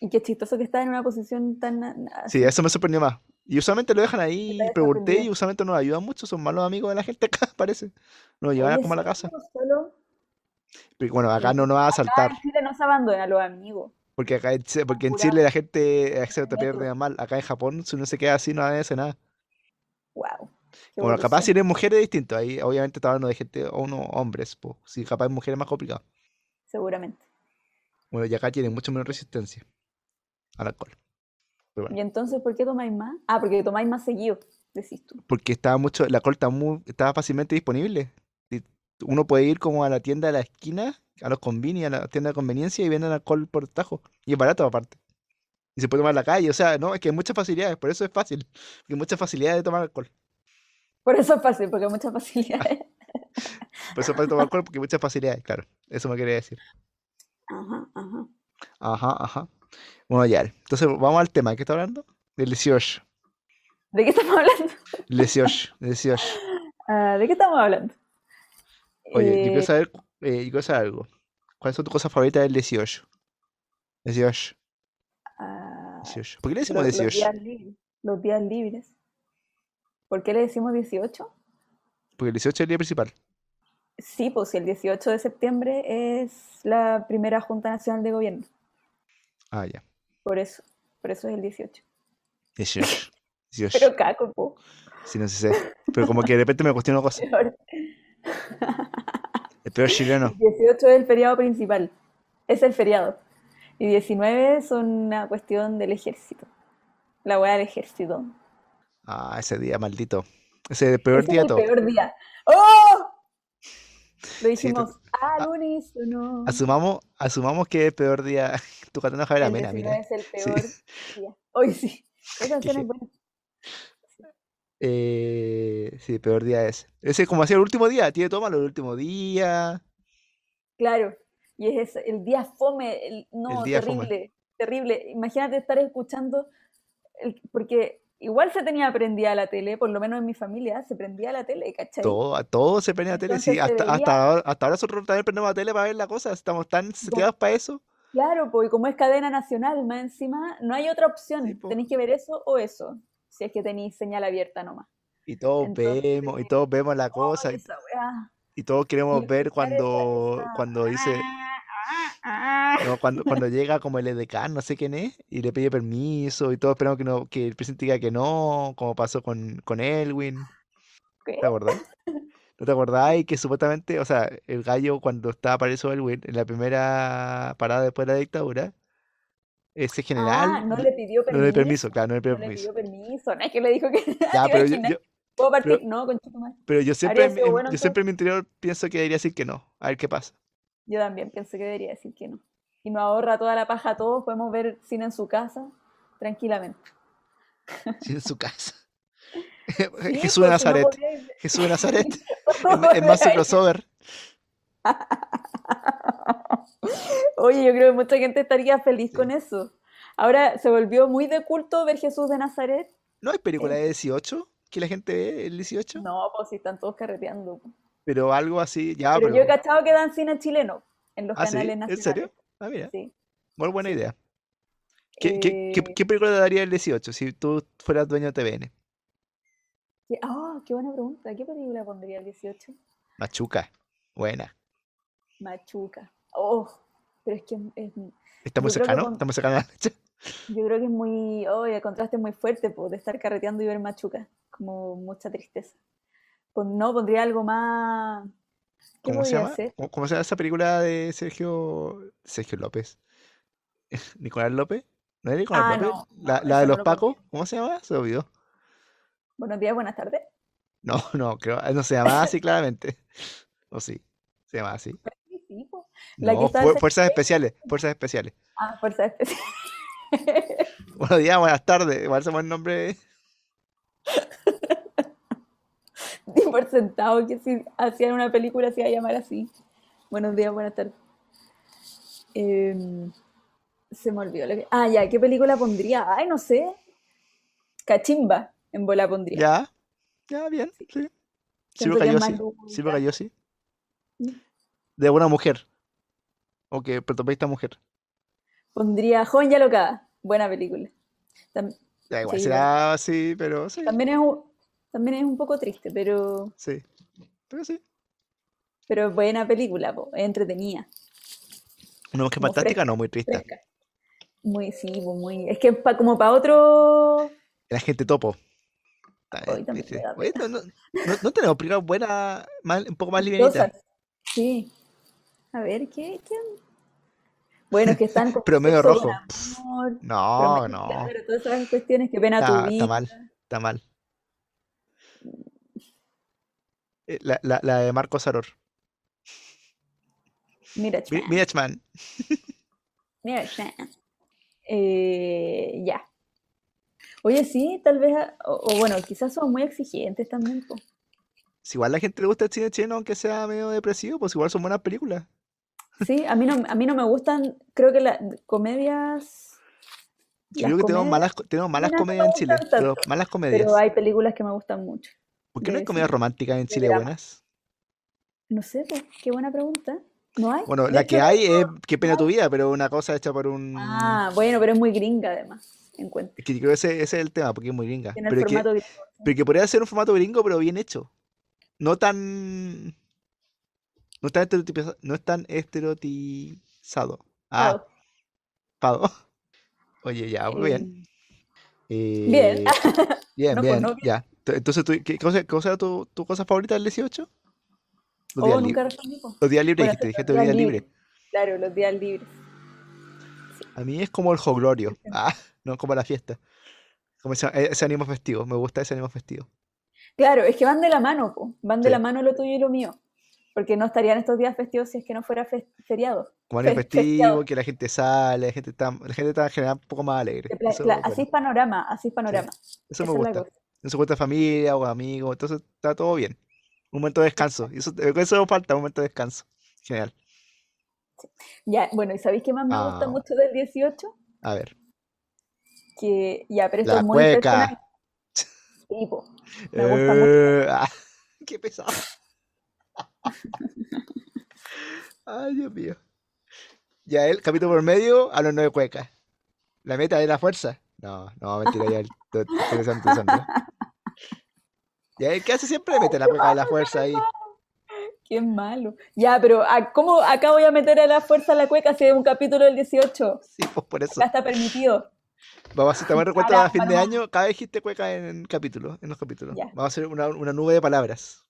B: Y qué chistoso que está en una posición tan a- a-
A: Sí,
B: así.
A: eso me sorprendió más. Y usualmente lo dejan
B: que te
A: ahí,
B: haya
A: pregunté y
B: sorprendido.
A: usualmente no nos ayudan mucho, son malos amigos de la gente acá, parece. Nos llevan a
B: Oye,
A: como a la
B: sí,
A: casa.
B: no solo
A: Pero bueno, acá
B: eh,
A: no nos va a
B: acá
A: saltar,
B: en Chile no se abandona a los amigos.
A: porque acá en Chile, porque en Chile
B: Jurado
A: la gente eh, se
B: en
A: te
B: el metro.
A: pierde mal. Acá en Japón, si uno se queda así, no hace nada.
B: Wow, qué
A: Bueno, capaz si
B: evolución.
A: eres mujer es distinto. Ahí obviamente está hablando de gente o no hombres, po. Si capaz mujeres es más complicado.
B: Seguramente.
A: Bueno, y acá tienen mucho menos resistencia al alcohol. Pero bueno,
B: Y entonces, ¿por qué tomáis más? Ah, porque tomáis más seguido, decís tú.
A: porque estaba mucho, el alcohol está muy, estaba fácilmente disponible. Y Uno puede ir como a la tienda de la esquina, a los convini, a la tienda de conveniencia y venden alcohol por tajo. Y es barato aparte. Y se puede tomar en la calle, o sea, no, es que hay muchas facilidades, por eso es fácil. Hay muchas facilidades de tomar alcohol.
B: Por eso es fácil, porque hay muchas facilidades.
A: Por eso es fácil tomar alcohol porque hay muchas facilidades, claro. Eso me quería decir.
B: Ajá, ajá.
A: Ajá, ajá. Bueno, ya. Entonces, vamos al tema. ¿De qué está hablando? Del 18.
B: ¿De qué estamos hablando?
A: El 18. El 18.
B: Ah, ¿de qué estamos hablando?
A: Oye, yo quiero
B: Eh,
A: saber, cu- eh, yo quiero saber algo. ¿Cuáles son tus cosas favoritas del 18? 18.
B: ah,
A: 18. ¿Por qué le decimos
B: lo- los
A: 18?
B: días libres. Los días libres. ¿Por qué le decimos 18?
A: Porque el 18 es el día principal.
B: Sí, pues si el 18 de septiembre es la primera Junta Nacional de Gobierno.
A: Ah, ya.
B: Por eso. Por eso es el 18.
A: 18. 18.
B: Pero caco, po.
A: Sí, no sé, sé. Pero como que de repente me cuestiono cosas.
B: Peor.
A: El peor chileno.
B: 18 es el feriado principal, es el feriado. Y 19 son una cuestión del ejército, la weá del ejército.
A: Ah, ese día maldito. Ese es el peor
B: Ese es
A: día de
B: el
A: todo.
B: peor día. ¡Oh! Lo
A: Sí, tú- Ah,
B: dijimos al
A: a-
B: unísono.
A: asumamos, asumamos que es el peor día. Tu Catalina Javier
B: El
A: Mena,
B: 19
A: mira.
B: es el
A: Sí.
B: peor día. Hoy sí. Esa canción es
A: Dije,
B: buena.
A: Eh, sí, peor día es. Ese es como hacía el último día, tiene todo malo el último día,
B: Claro. Y es ese, el día fome. el-
A: el
B: no,
A: día fome.
B: terrible. Terrible. Imagínate estar escuchando el- porque igual se tenía prendida la tele, por lo menos en mi familia, se prendía la tele, ¿cachai?
A: Todo, a todo se prende la tele, sí,
B: Entonces se
A: hasta,
B: veía,
A: hasta ahora, hasta ahora nosotros también prendemos la tele para ver la cosa, estamos tan
B: ya,
A: seteados para eso.
B: claro, porque como es cadena nacional, más encima, no hay otra
A: Sí,
B: opción.
A: po.
B: Tenéis que ver eso o eso, si es que tenéis señal abierta nomás.
A: Y todos
B: Entonces,
A: vemos, y todos vemos la cosa,
B: ¡ay,
A: y,
B: esa weá!
A: y todos
B: Y
A: queremos ver
B: escuchar esa,
A: cuando,
B: esa,
A: cuando dice,
B: "Ah, ah, ah".
A: no, cuando, cuando llega como el edecán, no sé quién es, y le pide permiso, y todos esperamos que no, que el presidente diga que no, como pasó con, con Elwin,
B: ¿Qué?
A: ¿te acordás? ¿No te acordáis que supuestamente, o sea, el gallo cuando estaba preso Elwin en la primera parada después de la dictadura, ese
B: Ah,
A: general
B: no
A: l-
B: le pidió
A: no le dio permiso,
B: permiso,
A: claro, no le pidió
B: no le
A: permiso.
B: pidió permiso, no es que le dijo que
A: Ya,
B: te
A: pero yo,
B: imaginas,
A: yo-
B: puedo partir,
A: pero,
B: no, con más.
A: pero yo siempre
B: Habría
A: en mi-
B: sido
A: en-
B: bueno
A: yo siempre
B: entonces.
A: en mi interior pienso que debería decir que no, a ver qué pasa.
B: Yo también pienso que debería decir que no. Y nos ahorra toda la paja a todos, podemos ver cine en su casa tranquilamente.
A: Sí, en su casa.
B: Sí,
A: Jesús de
B: pues si no
A: Nazaret,
B: podéis ver-
A: Jesús de Nazaret,
B: ¿Cómo
A: en, en más su
B: veáis?
A: crossover.
B: Oye, yo creo que mucha gente estaría feliz con
A: Sí.
B: eso. Ahora se volvió muy de culto ver Jesús de Nazaret.
A: ¿No hay película
B: en-
A: de 18? que la gente ve el 18?
B: No, pues si están todos carreteando. po.
A: Pero algo así, ya,
B: Pero
A: Ah, pero...
B: yo he cachado que dan cine chileno en los
A: Ah, sí,
B: canales
A: ¿en serio?
B: nacionales.
A: Ah, mira,
B: Sí.
A: muy buena idea. ¿Qué, qué, qué,
B: Eh,
A: qué película te daría el 18 si tú fueras dueño de TVN?
B: ¿qué- ah, qué buena pregunta. ¿Qué película pondría el 18?
A: Machuca, buena.
B: Machuca. Oh, pero es que es-
A: ¿Está muy
B: yo creo que
A: cercano?
B: con-
A: ¿Está muy cercano a la fecha?
B: yo creo que es muy, oh, el contraste es muy fuerte po, de estar carreteando y ver Machuca, como mucha tristeza. Pon- no, pondría algo más, ¿qué
A: ¿Cómo se
B: podría
A: llama?
B: ser?
A: ¿Cómo, cómo se llama esa película de Sergio, Sergio López? ¿Nicolás López? ¿No es Nicolás
B: Ah,
A: López?
B: no,
A: ¿La, la
B: no,
A: de
B: eso no
A: los
B: lo pondría.
A: Pacos? ¿Cómo se llama? Se olvidó.
B: Buenos días, buenas tardes.
A: No, no, creo, ah, no se llamaba así claramente. ¿O sí? ¿Se llamaba así?
B: Sí, sí, po. La que
A: No,
B: está
A: fuer-
B: esa-
A: Fuerzas Especiales, Fuerzas Especiales.
B: Ah, Fuerza Especial.
A: Buenos días, buenas tardes. Igual se buen nombre.
B: Di por sentado que si hacían una película se iba a llamar así. Buenos días, buenas tardes. Em, se me olvidó lo que... Ah, ya, ¿qué película pondría? Ay, no sé. Cachimba, en bola pondría.
A: Ya, ya, bien, sí. Sí,
B: Siento
A: porque
B: que es
A: yo
B: más
A: sí. Sí,
B: lúdica.
A: porque yo sí.
B: Mm.
A: De una mujer. O que protagonista mujer.
B: Pondría Joven y Alocada, buena película. Tam-
A: Ya, igual
B: Sí,
A: será así, pero sí,
B: también, es un, también es un poco triste, pero,
A: sí. Pero sí.
B: pero es buena película, po, es entretenida,
A: Una mujer
B: Como
A: fantástica, no, muy triste.
B: fresca. Muy, sí, po, muy... Es que es pa- como para otro...
A: La gente topo. Está
B: Hoy
A: bien,
B: también me
A: triste.
B: da
A: Oye,
B: pena.
A: no, no, no, no tenemos películas buenas, más- un poco más livianitas.
B: Cosas. Sí. A ver, ¿qué? qué? Bueno, es que están como
A: Promedio
B: sexo con
A: rojo. Pff,
B: amor,
A: No,
B: promedio,
A: no.
B: claro, todas esas cuestiones que ven a tu
A: Está,
B: vida.
A: está mal, está mal. Eh, La, la, la de Marco Saror.
B: Mira,
A: Mi-
B: chan,
A: Mirage Man.
B: mira, chan. Eh, ya. Oye, sí, tal vez, a- o, o bueno, quizás son muy exigentes también, po.
A: Si igual a la gente le gusta el cine chino, aunque sea medio depresivo, pues igual son buenas películas.
B: Sí, a mí no, a mí no me gustan, creo que las comedias,
A: Yo
B: las
A: creo que tenemos
B: comedias,
A: malas, co- tenemos malas
B: algunas no
A: comedias
B: me
A: en Chile,
B: gustan
A: pero
B: tanto,
A: malas
B: pero
A: comedias.
B: hay películas que me gustan mucho,
A: ¿Por qué no hay
B: de
A: comedias
B: cine,
A: románticas en
B: de
A: Chile
B: drama.
A: buenas?
B: No sé, pues, qué buena pregunta. ¿No hay?
A: Bueno,
B: De
A: la
B: hecho,
A: que hay es Qué
B: no
A: pena tu vida, pero una cosa hecha por un...
B: Ah, bueno, pero es muy gringa además, encuentro.
A: Es que yo creo que ese, ese es el tema, porque es muy gringa.
B: Tiene el
A: Pero es que,
B: formato gringo.
A: pero que podría ser un formato gringo, pero bien hecho. No tan... No tan estereotipizado. No es tan estereotizado. Ah,
B: Claro.
A: pado. Oye, ya, muy bien.
B: Eh, bien,
A: Eh, Bien,
B: no, pues
A: bien,
B: no, bien.
A: ya. Ento- Entonces, ¿tú- ¿qué cosa, qué cosa era tu, tu cosa favorita del 18? Los
B: Oh,
A: días libres.
B: nunca respondí. po.
A: Los días libres
B: Bueno,
A: dijiste,
B: son
A: dijiste
B: los
A: los
B: días
A: días libres.
B: libres. Claro, los días libres.
A: A mí es como el joglorio. Ah, no como la fiesta. Como ese, e- ese ánimo festivo. Me gusta ese ánimo festivo.
B: Claro, es que van de la mano, po, Van
A: Sí.
B: de la mano lo tuyo y lo mío. Porque no estarían estos días festivos si es que no fuera fes- feriado.
A: Como ánimo
B: Fe- festeado.
A: festivo, que la gente sale, la gente está, la gente está en general un poco más alegre.
B: Te pla-
A: Eso
B: cla-
A: es
B: Así
A: bueno.
B: es panorama, así es
A: Sí,
B: panorama.
A: eso me
B: Esa es la
A: gusta.
B: cosa.
A: No se cuenta familia o amigos, entonces está todo bien. Un momento de descanso. y Eso, eso falta, un momento de descanso. Genial.
B: Ya, bueno, ¿y sabéis qué más me gusta
A: Ah,
B: mucho del 18?
A: a ver.
B: Que, ya, pero esto es
A: La
B: muy personal.
A: cueca.
B: Sí, po, Me gusta mucho.
A: Eh, ah, qué pesado. Ay, Dios mío. Ya él, capítulo por medio, a los nueve cuecas. La meta es la fuerza. No, no, mentira, ya él. to- Estoy pensando, estoy pensando. Ya él, ¿qué hace siempre? Mete la cueca de la fuerza ahí.
B: Qué malo. Ya, pero ¿a- ¿cómo acá voy a meter a la fuerza a la cueca si es un capítulo del 18?
A: Sí, pues por
B: Acá
A: eso.
B: está permitido.
A: Vamos a hacer también recuerdo a
B: Para,
A: fin
B: para
A: de
B: más.
A: año. Cada vez dijiste cueca en capítulos, en los capítulos.
B: Ya.
A: Vamos a hacer una, una nube de palabras.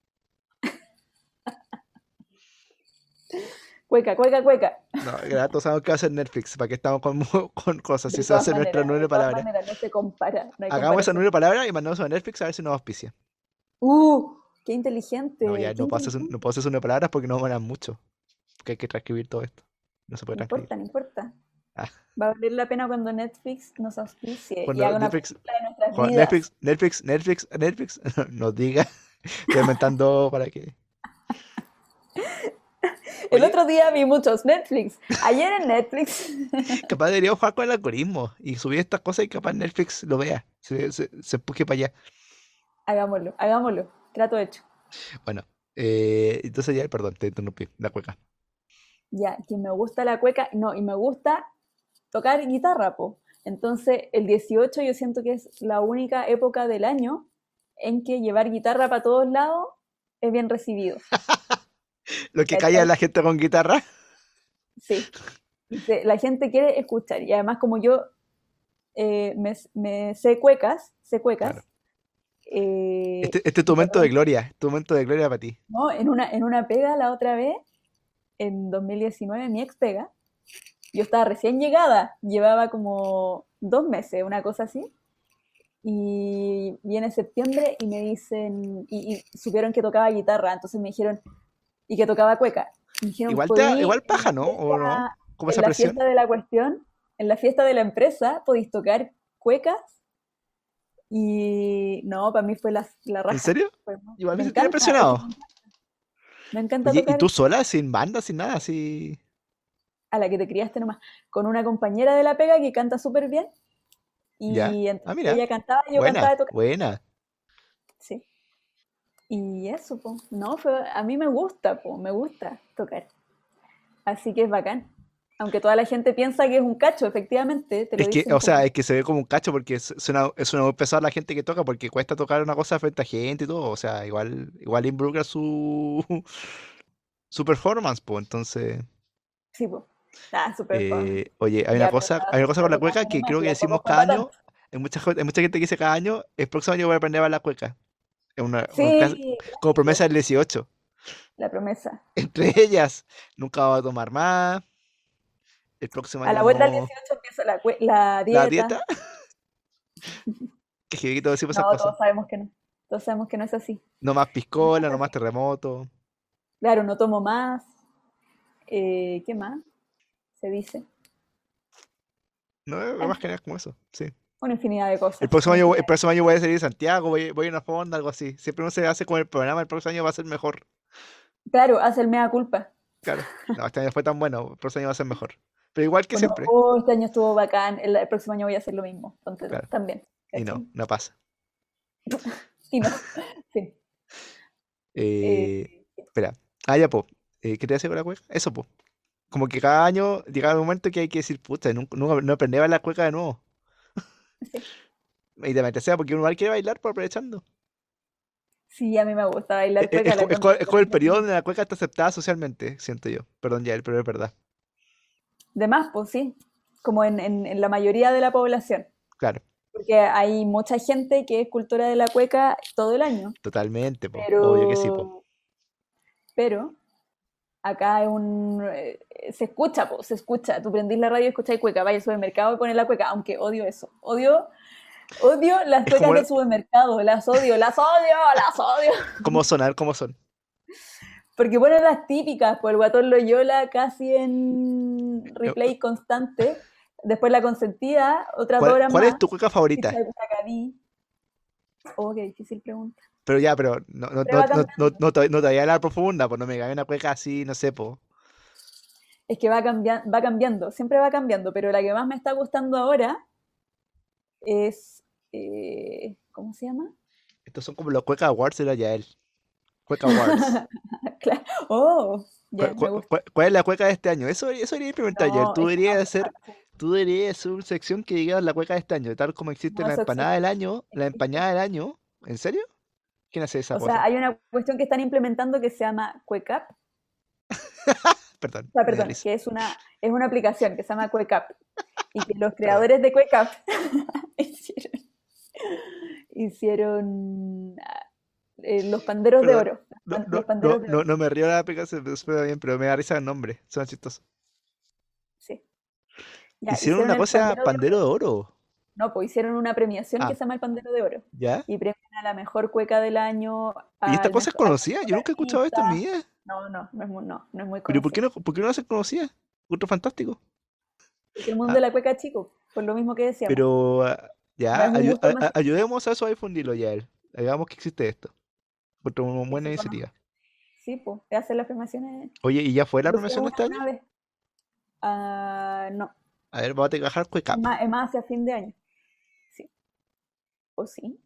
B: Cueca, cueca, cueca.
A: No, que ahora todos sabemos que va a hacer Netflix, para que estamos con, mu- con cosas.
B: De
A: Y esa va a
B: todas
A: ser nuestra
B: maneras,
A: nube
B: de
A: de
B: todas
A: palabras.
B: maneras, no se compara, no hay
A: Hagamos esa
B: comparación.
A: nueva palabra y mandamos a Netflix a ver si nos auspicia.
B: ¡Uh! ¡Qué
A: No,
B: inteligente!
A: ya
B: ¡Qué
A: no puedo hacer, un-
B: inteligente!
A: no puedo hacer una palabra porque no van mucho. Porque hay que transcribir todo esto. No se puede
B: No
A: transcribir.
B: importa, no importa.
A: Ah,
B: Va a valer la pena cuando Netflix nos auspicie eh, y
A: cuando
B: haga una
A: Netflix,
B: película de nuestras
A: cuando
B: vidas.
A: Netflix, Netflix, Netflix, Netflix nos diga, estoy inventando para que.
B: El
A: Oye,
B: otro día vi muchos Netflix. Ayer en Netflix.
A: capaz debería jugar con el algoritmo y subir estas cosas y capaz Netflix lo vea. Se, se, se empuje para allá.
B: Hagámoslo, hagámoslo. Trato hecho.
A: Bueno, eh, entonces ya, perdón, te interrumpí, la cueca.
B: Ya, que me gusta la cueca, no, y me gusta tocar guitarra, po. Entonces, el 18 yo siento que es la única época del año en que llevar guitarra para todos lados es bien recibido.
A: Lo que calla a la gente con guitarra.
B: Sí. Dice, La gente quiere escuchar. Y además, como yo eh, me, me sé cuecas, sé cuecas,
A: Claro.
B: eh,
A: Este, este es tu momento de gloria, es tu momento de gloria para ti.
B: No, en una, en una pega la otra vez, en 2019, mi ex pega, yo estaba recién llegada, llevaba como dos meses, una cosa así, y viene septiembre y me dicen, y, y supieron que tocaba guitarra, entonces me dijeron, y que tocaba cueca. Me dijeron,
A: Igual, te,
B: "Podí
A: igual paja,
B: en
A: ¿no?
B: la
A: ¿O no?
B: fiesta-
A: ¿Cómo
B: en
A: esa
B: la
A: presión?
B: fiesta de la cuestión, en la fiesta de la empresa, podéis tocar cuecas, y no, para mí fue la, la
A: ¿En
B: raja.
A: serio?
B: fue hermoso.
A: Igual me
B: me
A: sentí
B: encanta, eso
A: impresionado.
B: me encanta. Me encanta
A: Oye, ¿y
B: tocar
A: tú sola, sin banda, sin nada, así?
B: a la que te criaste nomás, con una compañera de la pega que canta súper bien.
A: Ya.
B: Y entonces
A: Ah, mira.
B: ella cantaba y yo cantaba
A: Buena,
B: de tocar.
A: buena.
B: Sí. Y eso, po. No, fue- a mí me gusta, po, me gusta tocar. Así que es bacán. Aunque toda la gente piensa que es un cacho, efectivamente, te lo
A: Es que,
B: dicen
A: o sea,
B: como,
A: es que se ve como un cacho porque es- suena, es una muy pesada la gente que toca porque cuesta tocar una cosa frente a gente y todo. O sea, igual, igual involucra su, su performance, pues. Entonces,
B: sí, po. Ah, super fome.
A: eh, oye, hay una
B: Ya, pero
A: cosa,
B: estaba
A: hay una cosa
B: estaba
A: con la
B: tocando
A: cueca que
B: nomás,
A: creo
B: y
A: que
B: tampoco
A: decimos
B: fue
A: cada
B: para tanto.
A: año. Hay mucha, gen- hay mucha gente que dice cada año, el próximo año voy a aprender a bailar cueca. Es una, una clase-
B: Sí,
A: como promesa
B: clásico,
A: del 18.
B: la promesa.
A: Entre ellas, nunca va a tomar más. El próximo
B: A la
A: año
B: vuelta del
A: no.
B: 18 empieza la, cue- la
A: La
B: dieta.
A: dieta, que jevito decimos pues, esas
B: No,
A: cosas.
B: todos sabemos que no. Todos sabemos que no es así.
A: No más
B: No es
A: piscola, no
B: así.
A: más terremoto.
B: Claro, no tomo más. Eh, ¿qué más se dice?
A: No, eh,
B: Bueno,
A: más que nada como eso, sí.
B: una infinidad de
A: El
B: cosas.
A: próximo
B: una
A: año, voy- el
B: infinidad.
A: próximo año voy a salir de Santiago, voy, voy a una fonda, algo así. Siempre uno se hace con el programa, el próximo año va a ser mejor.
B: Claro, hace el mea culpa.
A: Claro, no, este año fue tan bueno, el próximo año va a ser mejor. Pero igual que
B: O no,
A: siempre,
B: oh, este año estuvo bacán, el, el próximo año voy a hacer lo mismo. Ponte tú,
A: claro.
B: también.
A: Y no,
B: ¿cachai?
A: no pasa.
B: Y no. Sí. Eh,
A: Eh, espera, ah, ya, po. Eh, ¿qué te hace con la cueca? Eso, po. Como que cada año llega el momento que hay que decir, puta, nunca, nunca- no aprendí a bailar cueca de nuevo.
B: sí.
A: Y de meterse, porque uno igual quiere bailar por aprovechando.
B: Sí, a mí me gusta
A: E-
B: bailar
A: e-
B: cueca,
A: Es,
B: la
A: co- es co-
B: encuentro
A: es como el
B: súper
A: periodo donde
B: entretenida.
A: la cueca está aceptada socialmente, siento yo. Perdón, ya, el periodo es verdad.
B: De más, pues sí. Como en, en- en la mayoría de la población.
A: Claro,
B: Porque hay mucha gente que es cultura de la cueca todo el año.
A: totalmente, po. Obvio que sí, po.
B: Pero, pero. Acá es un, eh, se escucha, po, se escucha. Tú prendís la radio y escucháis cueca. Vaya al supermercado y pones la cueca, aunque odio eso. Odio, odio las
A: Es como,
B: cuecas del
A: la-
B: supermercado. Las odio, las odio, las odio.
A: como sonar, como son.
B: Porque ponen las típicas, por el Guatón Loyola casi en
A: Eh, eh,
B: replay constante. Después la consentida, otras dos
A: ¿Cuál,
B: horas
A: cuál es
B: más.
A: tu cueca favorita?
B: Chicha de Pucacabí. Oh, qué difícil pregunta.
A: Pero ya, pero no, no,
B: Siempre
A: no,
B: va
A: no, no,
B: cambiando.
A: no te, no te vayas a la profunda, pues no me cae una cueca así, no sé, po.
B: Es que va cambiando, va cambiando, siempre va cambiando, pero la que más me está gustando ahora. es, eh, ¿cómo se llama?
A: Estos son como los cueca awards de la Yael. Cueca awards.
B: Cla- Oh,
A: ¿Cuál,
B: ya, me
A: cuál-
B: gusta.
A: cuál- cuál es la cueca de este año? Eso, debería- eso debería implementar Yael.
B: No,
A: Tú
B: es que no, ah.
A: deberías hacer,
B: no,
A: tú deberías hacer una sección que diga la cueca de este año, tal como existe
B: no,
A: la
B: eso
A: empanada
B: existe,
A: del año, la
B: existe.
A: empanada del año. ¿En serio? ¿Quién hace esa
B: O sea,
A: cosa?
B: hay una cuestión que están implementando que se llama Cuecap, o
A: Perdón, me
B: sea,
A: da
B: perdón,
A: risa.
B: que es una, es una aplicación que se llama Cuecap y que los
A: Perdón.
B: creadores de Cuecap hicieron, hicieron, ah, eh, los panderos de
A: Perdón.
B: oro, los
A: No,
B: pan-
A: no, no,
B: los panderos de
A: no,
B: oro,
A: no me río de la aplicación, pero suena bien, pero me da risa el nombre. Suena chistoso.
B: sí. Ya,
A: Hicieron
B: hicieron
A: una
B: el
A: cosa
B: pandero de
A: pandero
B: oro,
A: de oro.
B: no, pues hicieron una premiación que
A: Ah,
B: se llama el pandero de oro.
A: ¿ya?
B: y premian a la mejor cueca del año,
A: ¿Y esta
B: al
A: cosa es
B: mejor, a Ah, la
A: conocida?
B: mejor
A: Yo nunca he escuchado esto en mi
B: artista.
A: vida.
B: No, no, no es muy, no, no es muy
A: ¿Pero por qué
B: conocido.
A: no, por qué no la hacen conocida? Otro fantástico.
B: Porque el mundo
A: Ah,
B: de la cueca es chico, por lo mismo que decíamos,
A: pero ah,
B: no
A: ya,
B: es un
A: ayu-
B: gusto
A: a- a-
B: masivo,
A: ayudemos a eso a difundirlo ya él. Hagamos que existe esto. Otra bu-
B: que
A: buena
B: se conozca.
A: iniciativa.
B: Sí, pues, hacen las premiaciones.
A: Oye, ¿y ya fue la
B: Lo hicieron
A: promoción este
B: una,
A: año?
B: una vez. Ah, no,
A: A Ah. ver, vamos a trabajar
B: es
A: Cuecap.
B: más, es más hacia fin de año. Sí, o sí.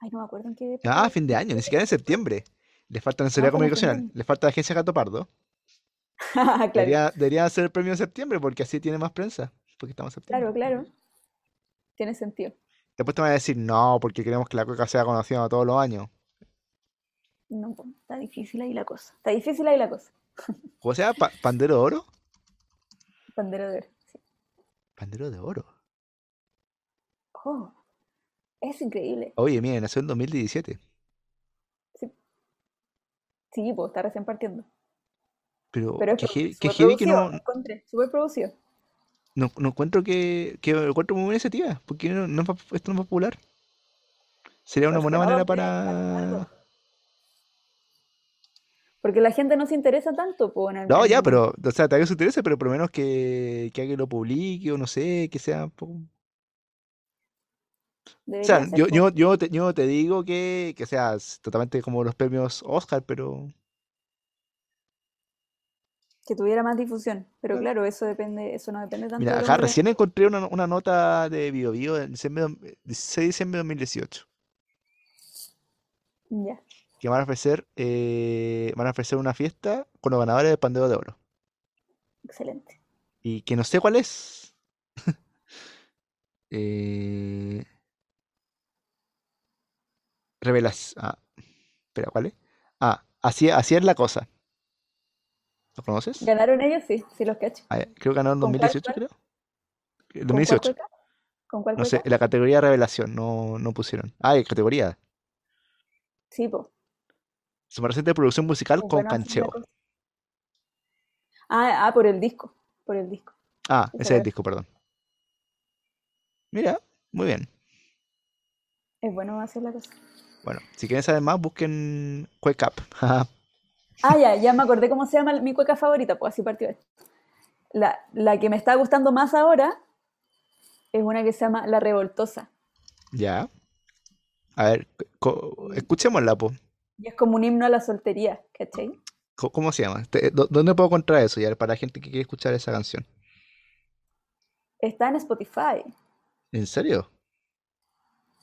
B: Ay, no me acuerdo en qué época.
A: Ah, fin de año, ni siquiera en septiembre. Le falta la
B: Ah,
A: asesoría
B: fue en
A: comunicacional,
B: septiembre.
A: le falta la agencia Gato Pardo.
B: Ah, Claro,
A: Debería, debería hacer el premio en septiembre porque así tiene más prensa. Porque estamos en septiembre.
B: claro, claro. Tiene sentido.
A: Después te van a decir, no, porque queremos que la coca sea conocida todos los años.
B: No, po, está difícil ahí la cosa. Está difícil ahí la cosa.
A: ¿Cómo se llama? Pa- ¿Pandero de oro?
B: Pandero de oro. sí.
A: Pandero de oro.
B: Oh, es increíble.
A: Oye, miren, nació en 2017.
B: Sí, sí, po, está recién partiendo.
A: Pero
B: Pero es
A: Oh, qué heavy, qué
B: súper
A: heavy que
B: producido,
A: no,
B: encontré, súper producido.
A: no, no encuentro que, que encuentro muy buena iniciativa. Porque no, no es pop- esto no es popular. Sería una
B: Pues
A: buena
B: ojalá
A: manera
B: pudieran hacer algo.
A: para...
B: Porque la gente no se interesa tanto, po, en,
A: No, ya,
B: en-
A: pero, o sea, tal vez se interese, pero por lo menos que, que alguien lo publique o no sé, que sea un poco... O sea,
B: debería ser,
A: yo,
B: po.
A: yo, yo, te, yo te digo que, que seas totalmente como los premios Oscar, pero...
B: que tuviera más difusión. Pero
A: Claro.
B: claro, eso depende, eso no depende tanto
A: Mira,
B: de los
A: acá
B: organismos.
A: recién encontré una, una nota de BioBio en diciembre, de dos- 16 de diciembre de 2018,
B: Ya.
A: que van a ofrecer, eh, van a ofrecer una fiesta con los ganadores del Pandeo de Oro.
B: Excelente.
A: Y que no sé cuál es. Eh, revelas. Ah, espera, ¿cuál es? Ah, así, así es la cosa. ¿Lo conoces?
B: ¿Ganaron ellos? Sí, sí los cacho.
A: Ah, ya, creo que ganaron en
B: ¿Con cuál
A: 2018,
B: cueca?
A: creo. Eh,
B: ¿Con cuál
A: 2018.
B: cueca? ¿Con cuál
A: No sé,
B: cueca?
A: en la categoría revelación no, no pusieron. Ah, en categoría.
B: Sí, po.
A: Su más reciente producción musical
B: Pues
A: con
B: bueno, así es la
A: Cancheo.
B: cosa. Ah, ah, por el disco. Por el disco.
A: Ah,
B: Sí,
A: ese es el
B: sacaron-
A: disco, perdón. Mira, muy bien.
B: Es bueno hacer la cosa.
A: Bueno, si quieren saber más, busquen Quake Up. Ajá.
B: Ah, ya, ya me acordé cómo se llama el- mi cueca favorita, pues así partió esto. La, la que me está gustando más ahora es una que se llama La Revoltosa.
A: Ya. A ver, co-
B: Y,
A: escuchémosla, po.
B: y es como un himno a la soltería, ¿cachai?
A: Co- ¿Cómo se llama? Te- do- ¿Dónde puedo encontrar eso? Ya, para la gente que quiere escuchar esa canción.
B: Está en Spotify.
A: ¿En serio?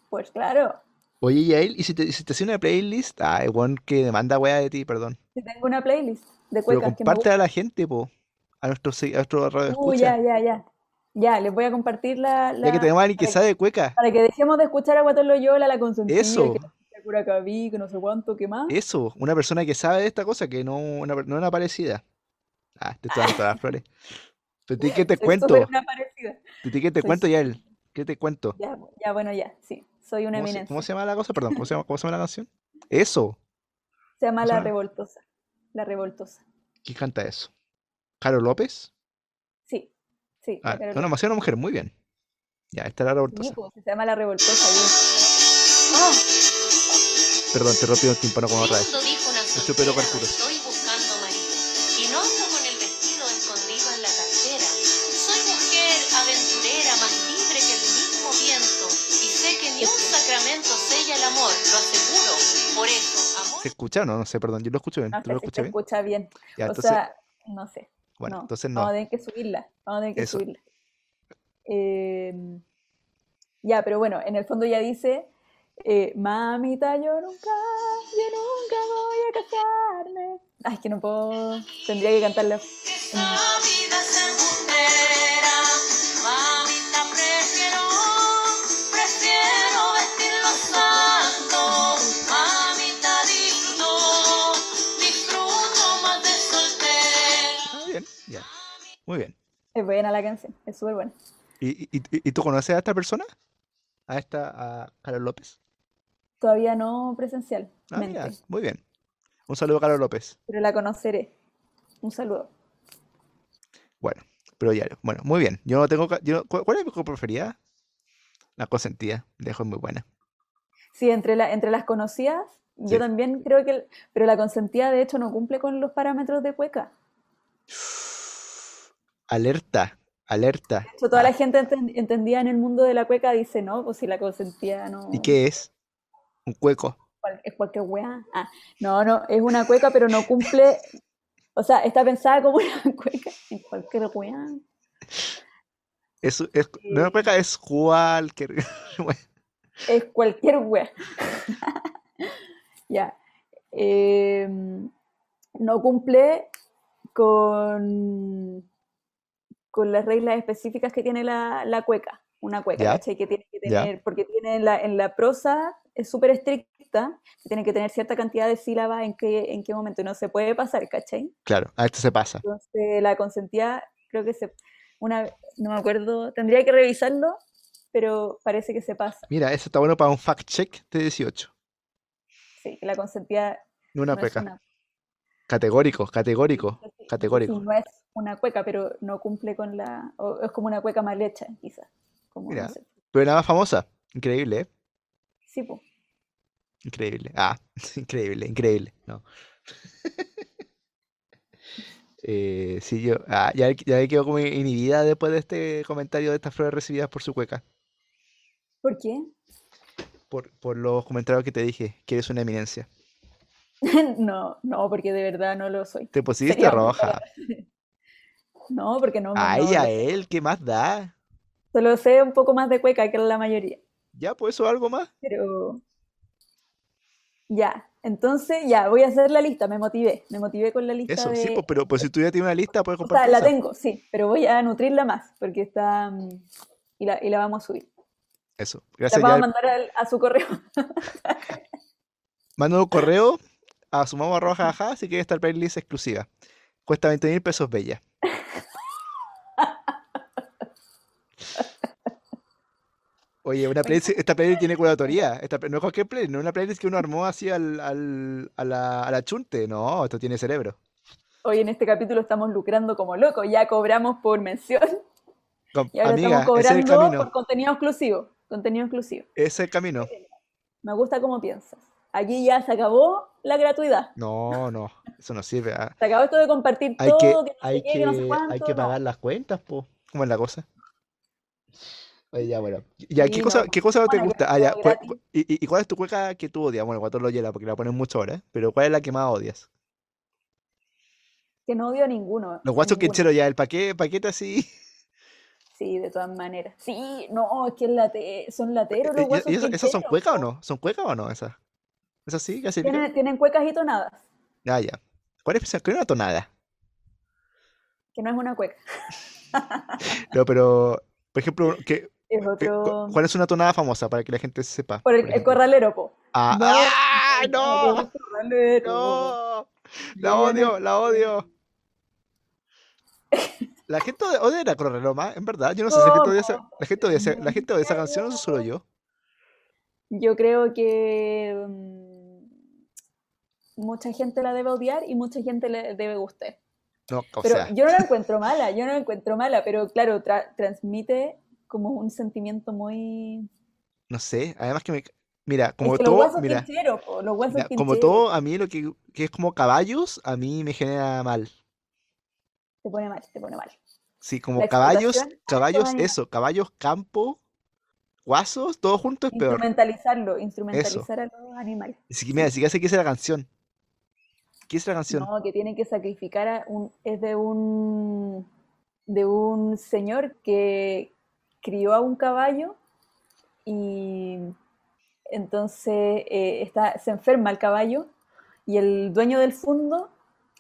B: Pues claro.
A: Oye, Yael, ¿y si te, si te hace una playlist? Ah, el weón que demanda weá de ti, perdón.
B: Yo tengo una playlist de
A: Pero
B: cuecas que me
A: comparte a
B: gusta.
A: la gente, po. A nuestros segui- a nuestros
B: Uh,
A: radioescuchas.
B: ya, ya, ya. Ya, les voy a compartir la,
A: Ya que
B: la-
A: tenemos a alguien que
B: para,
A: sabe de cueca.
B: para que dejemos de escuchar a Guatón Loyola, la consentida, y que
A: Eso,
B: la Curacaví, que no sé cuánto, que más.
A: eso. Una persona que sabe de esta cosa, que no una, per- no una parecida. Ah, te estoy dando todas las flores. Pero ti que te
B: Soy súper
A: cuento.
B: una parecida.
A: Ti que te
B: Soy
A: cuento,
B: su-
A: Yael. ¿Qué te cuento?
B: ya, bu- ya, bueno, ya, sí. Soy una
A: ¿Cómo se, cómo
B: eminencia.
A: se llama la cosa? Perdón, ¿cómo se llama, cómo se llama la canción? Eso.
B: Se llama
A: ¿Cómo se
B: La
A: llama?
B: Revoltosa. La Revoltosa.
A: ¿Quién canta eso? ¿Caro López?
B: Sí, sí,
A: Ah,
B: la
A: no,
B: Carol
A: no,
B: López.
A: más una mujer, muy bien. Ya, esta es la
B: Sí,
A: revoltosa.
B: pues, se llama La Revoltosa. y- ¡Ah!
A: Perdón, te rompí el tímpano con otra vez.
C: Siendo dijo una
A: Mucho pelo
C: soltera,
A: carcuro.
C: estoy buscando marido. Y no ando con el vestido escondido en la cartera. Soy mujer aventurera, más libre que el mismo viento. Y sé que ni un sacramento sella el amor, lo aseguro. Por eso, amor.
A: ¿Se escucha o no? No sé, perdón, yo lo escucho bien.
B: No
A: ¿Tú lo
B: sé si se
A: escuchas bien?
B: escucha bien.
A: Ya,
B: O
A: entonces,
B: sea, no sé.
A: bueno,
B: No.
A: entonces
B: Vamos a
A: no.
B: tener que subirla. Vamos a tener que
A: Eso.
B: subirla. Em, ya, pero bueno, en el fondo ya dice, eh, mamita, yo nunca, yo nunca voy a casarme. Ay, que no puedo, tendría que cantarla en-
C: Esta vida es embustera, mamita, prefiero, prefiero vestirlo santo. Mamita, disfruto, disfruto más de soltera.
A: Ah, bien, ya. Muy bien.
B: Es buena la canción, es súper buena.
A: ¿Y, y, y- y tú conoces a esta persona? ¿A esta, a Carol López?
B: Todavía no
A: Ah, mira,
B: presencialmente,
A: muy bien. Un saludo a Carol López.
B: pero la conoceré. Un saludo.
A: Bueno, pero ya, bueno, muy bien. Yo no tengo, ca- yo, no- ¿cu- ¿cuál es mi co- preferida? La consentida, dejo muy buena.
B: Sí, entre, la, entre las conocidas, yo
A: Sí.
B: también creo que, el- pero la consentida de hecho no cumple con los parámetros de cueca.
A: Alerta, alerta.
B: De hecho, toda
A: Ah,
B: la gente enten- entendida en el mundo de la cueca dice, no, pues si la consentida
A: ¿y
B: no...
A: qué es? Un cueco.
B: cual- es cualquier weá. Ah, no, no, es una cueca, pero no cumple. O sea, está pensada como una cueca en cualquier weá.
A: Es, es, no es
B: eh,
A: cueca, es cualquier.
B: Es cualquier weá. Ya. Eh, no cumple con, con las reglas específicas que tiene la, la cueca, una cueca,
A: Ya.
B: ¿cachai? Que tiene que
A: Ya.
B: tener, porque tiene en la, en la prosa es súper estricta, que tiene que tener cierta cantidad de sílabas en qué, en qué momento, y no se puede pasar, ¿cachai?
A: Claro, a esto se pasa.
B: Entonces la consentía, creo que se, una, no me acuerdo, tendría que revisarlo, pero parece que se pasa,
A: Mira, eso está bueno para un fact check de 18.
B: sí, la consentía
A: No una
B: no es
A: peca.
B: una
A: Categórico, categórico,
B: Entonces,
A: categórico.
B: No es una cueca, pero no cumple con la. o es como una cueca mal hecha, quizás. Como, no
A: Mira.
B: sé.
A: Pero la más famosa. Increíble, ¿eh?
B: Sí, po.
A: Increíble. Ah, increíble, increíble. No. Eh, sí, yo. Ah, ya, ya me quedo como inhibida después de este comentario de estas flores recibidas por su cueca.
B: ¿Por qué?
A: Por, por los comentarios que te dije, que eres una eminencia.
B: no, no, porque de verdad no lo soy.
A: Te pusiste
B: Sería muy
A: roja.
B: No, porque no.
A: A
B: no,
A: ella,
B: no-
A: él, ¿qué más da?
B: Solo sé un poco más de cueca que la mayoría.
A: Ya, pues eso algo más.
B: Pero. Ya, entonces ya, voy a hacer la lista. Me motivé. Me motivé con la lista
A: Eso,
B: de.
A: sí, pues, pero pues si tú ya tienes una lista, puedes
B: o sea, la
A: compartirla.
B: tengo, sí, pero voy a nutrirla más, porque está. mm, Y la, y la vamos a subir.
A: Eso.
B: La
A: Gracias. Ya,
B: vamos a mandar al- a su correo.
A: manda un correo a sumamos arroba jajaja si quieres estar playlist exclusiva. Cuesta 20 mil pesos bella. Oye, una playlist, esta playlist tiene curatoría. Esta, play- no es cualquier playlist, no es una playlist que uno armó así al, al- a, la, a la chunte. No, esto tiene cerebro.
B: Hoy en este capítulo estamos lucrando como locos, ya cobramos por mención
A: Com-
B: y ahora
A: amiga,
B: estamos
A: ese es el
B: cobrando
A: camino.
B: por contenido exclusivo, contenido exclusivo.
A: Ese es el camino.
B: Me gusta cómo piensas. Aquí ya se acabó la gratuidad.
A: No, no, eso no sirve. ah.
B: Se acabó esto de compartir
A: Hay
B: todo,
A: que,
B: que no sé
A: hay
B: qué, que no sé
A: que, hay
B: cuánto,
A: que
B: no.
A: pagar las cuentas, po. ¿Cómo es la cosa? Oye, ya, bueno. Ya, ¿qué
B: Sí,
A: cosa,
B: no,
A: qué cosa no te
B: bueno,
A: gusta?
B: gratis,
A: Ah, ya,
B: todo
A: cua-
B: gratis.
A: cua- y, y- y cuál es tu cueca que tú odias? Bueno, Guatón lo hiela porque la ponen mucho ahora, ¿eh? Pero ¿cuál es la que más odias?
B: Que no odio a ninguno.
A: Los guachos
B: ninguno.
A: quincheros ya, el paquete, paquete así.
B: Sí, de todas maneras. Sí, no, es que es late- son lateros
A: Eh,
B: los
A: y-
B: huesos
A: y eso- ¿Esas son
B: quincheros,
A: cuecas o
B: po.
A: no? ¿Son cuecas o no esas? ¿Esas sí? ¿Clasifican?
B: Tienen, tienen cuecas y tonadas,
A: Ah, ya. ¿Cuál es? ¿Cuál es una tonada?
B: que no es una cueca.
A: No, pero, por ejemplo, ¿qué,
B: Es
A: qué- Eh, cu-
B: otro...
A: ¿cuál es una tonada famosa para que la gente sepa?
B: Por el, el
A: ejemplo?
B: corralero, po.
A: Ah,
B: No,
A: ¡ah,
B: no,
A: no!
B: el corralero.
A: No, la
B: Ya no
A: odio, la odio. La gente odia- odia la Corraloma, en verdad. Yo no sé si la gente odia esa, la gente odia esa, la gente odia esa canción o solo yo.
B: Yo creo que mm, mucha gente la debe odiar y mucha gente le debe gustar.
A: No, o
B: Pero
A: sea,
B: yo no la encuentro mala, yo no la encuentro mala, pero claro, tra- transmite como un sentimiento muy...
A: no sé. Además que me, mira,
B: Es
A: como
B: que los
A: todo,
B: huesos
A: mira,
B: quincheros, po, los huesos
A: mira, como
B: quincheros,
A: todo, a mí lo que, que es como caballos, a mí me genera mal.
B: te pone mal, te pone mal.
A: Sí, como
B: La
A: caballos,
B: explotación a
A: caballos,
B: estos
A: eso, caballos, campo, guasos, todo junto es peor.
B: Instrumentalizarlo, instrumentalizar a los animales.
A: Ni siquiera, mira, ni siquiera sé qué es la canción. ¿Qué es la canción?
B: No, que tienen que sacrificar a un, es de un de un señor que crió a un caballo y entonces eh, está, se enferma el caballo y el dueño del fondo,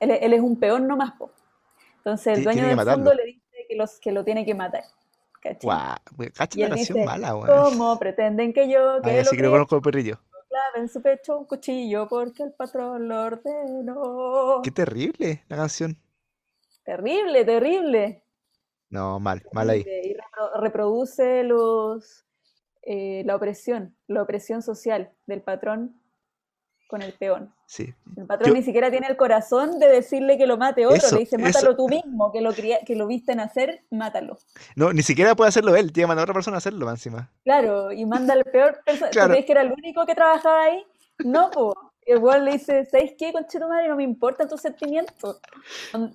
B: él, es- él es un peón nomás, po. Entonces
A: Ti-
B: el dueño
A: tiene que
B: del
A: matarlo.
B: fondo le dice que, los, que lo tiene que matar. ¿cachai?
A: Guau, we- cacha
B: Y
A: la
B: él
A: canción
B: dice,
A: mala, weón.
B: ¿Cómo pretenden que yo,
A: Ah,
B: que
A: ya
B: lo
A: sí que lo
B: críe,
A: conozco el perrillo.
B: clave en su pecho un cuchillo porque el patrón lo ordenó?
A: Qué terrible la canción.
B: Terrible, terrible.
A: No, mal, mal ahí.
B: Terrible, Y repro- reproduce los, eh, la opresión, la opresión social del patrón con el peón.
A: Sí.
B: El patrón
A: Yo-
B: ni siquiera tiene el corazón de decirle que lo mate otro,
A: Eso,
B: le dice,
A: eso.
B: mátalo tú mismo, que lo, cría- que lo viste nacer, mátalo.
A: No, ni siquiera puede hacerlo él, tiene que mandar a otra persona a hacerlo más encima.
B: Claro, y manda al peor persona. ¿Tú
A: Claro.
B: crees que era el único que trabajaba ahí? No, po. El weón le dice, ¿sabes qué, conche tu madre? No me importan tus sentimientos.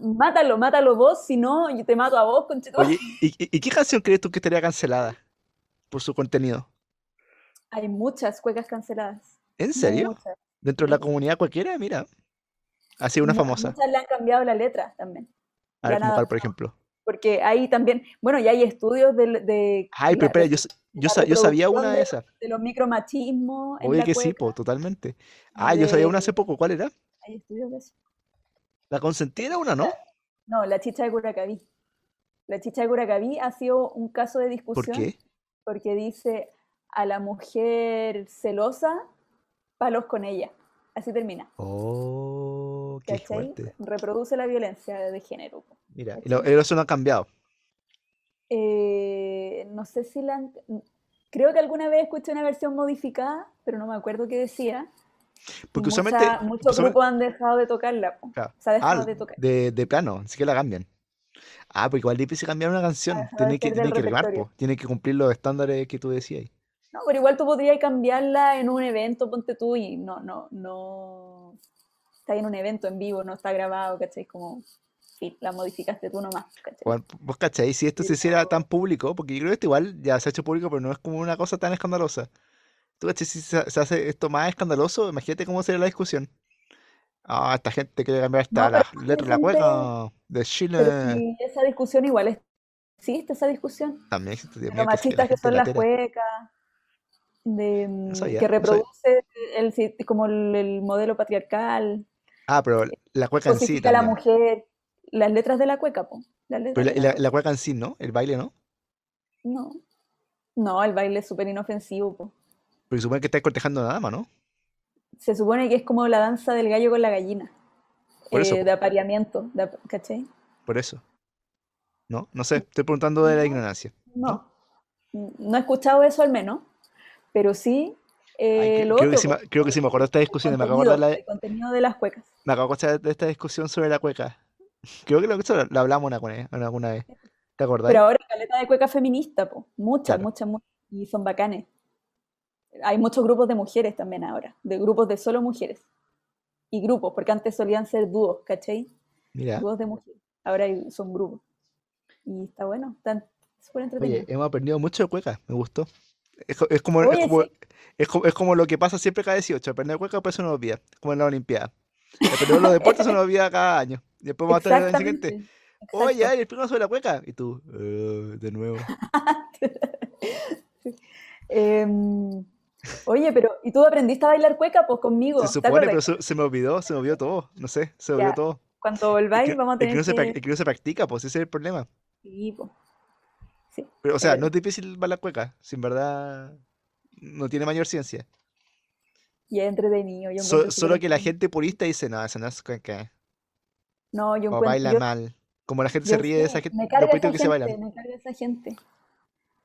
B: Mátalo, mátalo vos, si no, yo te mato a vos, conche tu madre".
A: Oye, ¿y, y- y qué canción crees tú que estaría cancelada por su contenido?
B: Hay muchas cuecas canceladas.
A: ¿En serio?
B: Muchas.
A: Dentro de la
B: sí.
A: comunidad cualquiera, mira. Ha sido una
B: Mu-
A: famosa.
B: Muchas le han cambiado la letra también,
A: A
B: la
A: ver,
B: han
A: como cuál, por ejemplo.
B: porque ahí también, bueno, ya hay estudios de, de
A: Ay,
B: la-
A: pero espera, yo, s- yo, sa- yo sabía una de esas.
B: de los micromachismos. en
A: Oye,
B: la
A: que sí,
B: cueca.
A: po, totalmente. Ah, yo sabía una hace
B: de-
A: poco. ¿Cuál era?
B: ¿Hay estudios de eso?
A: La consentida era una, ¿no?
B: No, la chicha de Curacaví. La chicha de Curacaví ha sido un caso de
A: ¿Por
B: discusión
A: qué?
B: porque dice a la mujer celosa, palos con ella. Así termina.
A: Oh, qué
B: ¿Cachai?
A: fuerte.
B: Reproduce la violencia de género. po.
A: Mira, y lo- eso no ha cambiado.
B: Eh, no sé si la... han- n- Creo que alguna vez escuché una versión modificada, pero no me acuerdo qué decía.
A: Porque
B: Mucha-
A: usualmente.
B: muchos
A: usualmente-
B: grupos han dejado de tocarla. po.
A: Claro.
B: Se ha dejado
A: Ah,
B: de tocar.
A: de, de plano, así que la cambian. Ah, pues igual difícil cambiar una canción.
B: dejado de
A: Tiene que,
B: ser del
A: tiene que rimar,
B: repertorio.
A: po. Tiene que cumplir los estándares que tú decías. ahí.
B: No, pero igual tú podrías cambiarla en un evento, ponte tú, y no, no, no. Está en un evento en vivo, no está grabado, ¿cachai? Como, sí, la modificaste tú nomás, ¿cachai?
A: Juan, vos cachai, si esto
B: Sí,
A: se hiciera
B: po.
A: tan público, porque yo creo que esto igual ya se ha hecho público, pero no es como una cosa tan escandalosa. Tú cachai, si se, se hace esto más escandaloso, imagínate cómo sería la discusión. Ah, esta gente quiere cambiar hasta
B: No, pero
A: las
B: no,
A: letras de la
B: hay
A: cueca de
B: Pero
A: Chile.
B: si esa discusión igual es- existe, esa discusión.
A: También existe, Dios
B: De
A: mío,
B: lo
A: que sí, la
B: machistas que
A: gente
B: son
A: la
B: las
A: tela.
B: cuecas, de, mm,
A: sabía, no sabía.
B: que reproduce el, si- como el, el modelo patriarcal,
A: Ah, pero la cueca en sí
B: cosifica a pues la
A: también.
B: mujer, las letras de la cueca, po, las letras
A: Pero la,
B: de la
A: la-
B: cueca.
A: la cueca en sí, ¿no? El baile, ¿no?
B: No, no, el baile es súper inofensivo, po.
A: Porque supone que estáis cortejando nada más, ¿no?
B: Se supone que es como la danza del gallo con la gallina,
A: Por eso,
B: eh,
A: po,
B: de apareamiento, de ap- ¿cachai?
A: por eso. No, no sé, estoy preguntando de la
B: No,
A: ignorancia.
B: No, n- no he escuchado eso al menos, pero sí
A: Ay,
B: eh,
A: cre-
B: lo
A: creo que
B: otro,
A: sí,
B: po,
A: me- creo que sí me acuerdo de esta discusión, y me acabo de
B: contenido,
A: acordar la,
B: el contenido de las cuecas.
A: Me acabo de acordar de esta discusión sobre la cueca. Creo que lo, eso lo- lo hablamos una, cone- una- alguna vez. ¿Te acordáis?
B: Pero ahora caleta de cueca feminista, po, muchas,
A: Claro.
B: muchas, muchas, y son bacanes. Hay muchos grupos de mujeres también ahora, de grupos de solo mujeres. Y grupos, porque antes solían ser dúos, ¿cachai?
A: Mira.
B: Dúos de mujeres. Ahora hay- son grupos. Y está bueno, está súper entretenido.
A: Oye, hemos aprendido mucho de cueca. Me gustó. Es, co- es como, es,
B: Oye,
A: como,
B: sí,
A: es, co- es como lo que pasa siempre cada 18. Aprender cueca, pues eso nos olvida. Como en la Olimpiada. Aprender los deportes, se nos olvida cada año. Y después vamos a estar el año siguiente.
B: exactamente.
A: Oye,
B: exacto.
A: ay, explícanos sobre la cueca. Y tú, "Eh, de nuevo.
B: Em, oye, pero ¿y tú aprendiste a bailar cueca? Pues conmigo,
A: Se
B: ¿te
A: supone,
B: acuerdas?
A: pero se, se me olvidó, se me olvidó todo. No sé, se me
B: Ya,
A: olvidó todo.
B: Cuando
A: Es
B: volváis
A: que,
B: vamos a
A: es que
B: tener
A: no se, prac-
B: que...
A: es que no se practica, pues ese es el problema.
B: Sí, po. Sí,
A: Pero, o
B: es
A: sea, no
B: verdad.
A: es difícil bailar cueca, sin verdad no tiene mayor ciencia.
B: Y es entretenido, yo
A: So-
B: encuentro súper
A: solo que la
B: entretenido.
A: gente purista dice, no, eso no es cueca,
B: No, yo
A: o
B: encuentro...
A: baila
B: Yo,
A: mal. Como la gente se
B: yo
A: ríe de esa
B: sé,
A: gente,
B: me
A: los
B: carga
A: puritos
B: esa
A: que se
B: gente,
A: bailan.
B: me carga esa gente.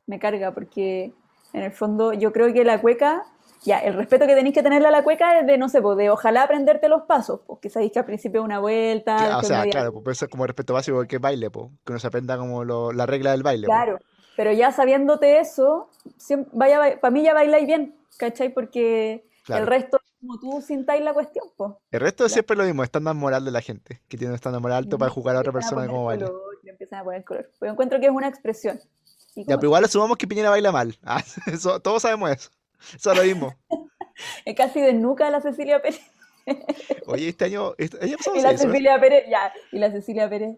B: Me carga porque en el fondo yo creo que la cueca... Ya, el respeto que tenéis que tenerle a la cueca es de, no sé, po, de ojalá aprenderte los pasos, porque sabéis que al principio es una vuelta,
A: Cla- o
B: después
A: sea,
B: media
A: claro, pues eso es como respeto básico que es baile, po, que uno se aprenda como lo- la regla del baile. pues. po.
B: Claro, pero ya sabiéndote eso, siem- vaya, para mí ya bailáis bien, ¿cachai? Porque el
A: Claro.
B: resto, es como tú sintáis la cuestión, pues.
A: El resto es
B: Claro.
A: siempre lo mismo, estándar moral de la gente, que tiene un estándar moral alto para juzgar a otra
B: Empiezan
A: persona
B: a
A: de
B: poner
A: cómo baila.
B: color, le empiezan a poner color. Pero encuentro que es una expresión. Y
A: Ya,
B: como-
A: pero igual asumamos que Piñera baila mal. Ah, eso- todos sabemos eso. Eso es lo mismo.
B: es casi de nuca la Cecilia Pérez.
A: Oye, este año, este año pasado
B: Y
A: se
B: la
A: hizo eso.
B: Cecilia Pérez, ya, y la Cecilia Pérez,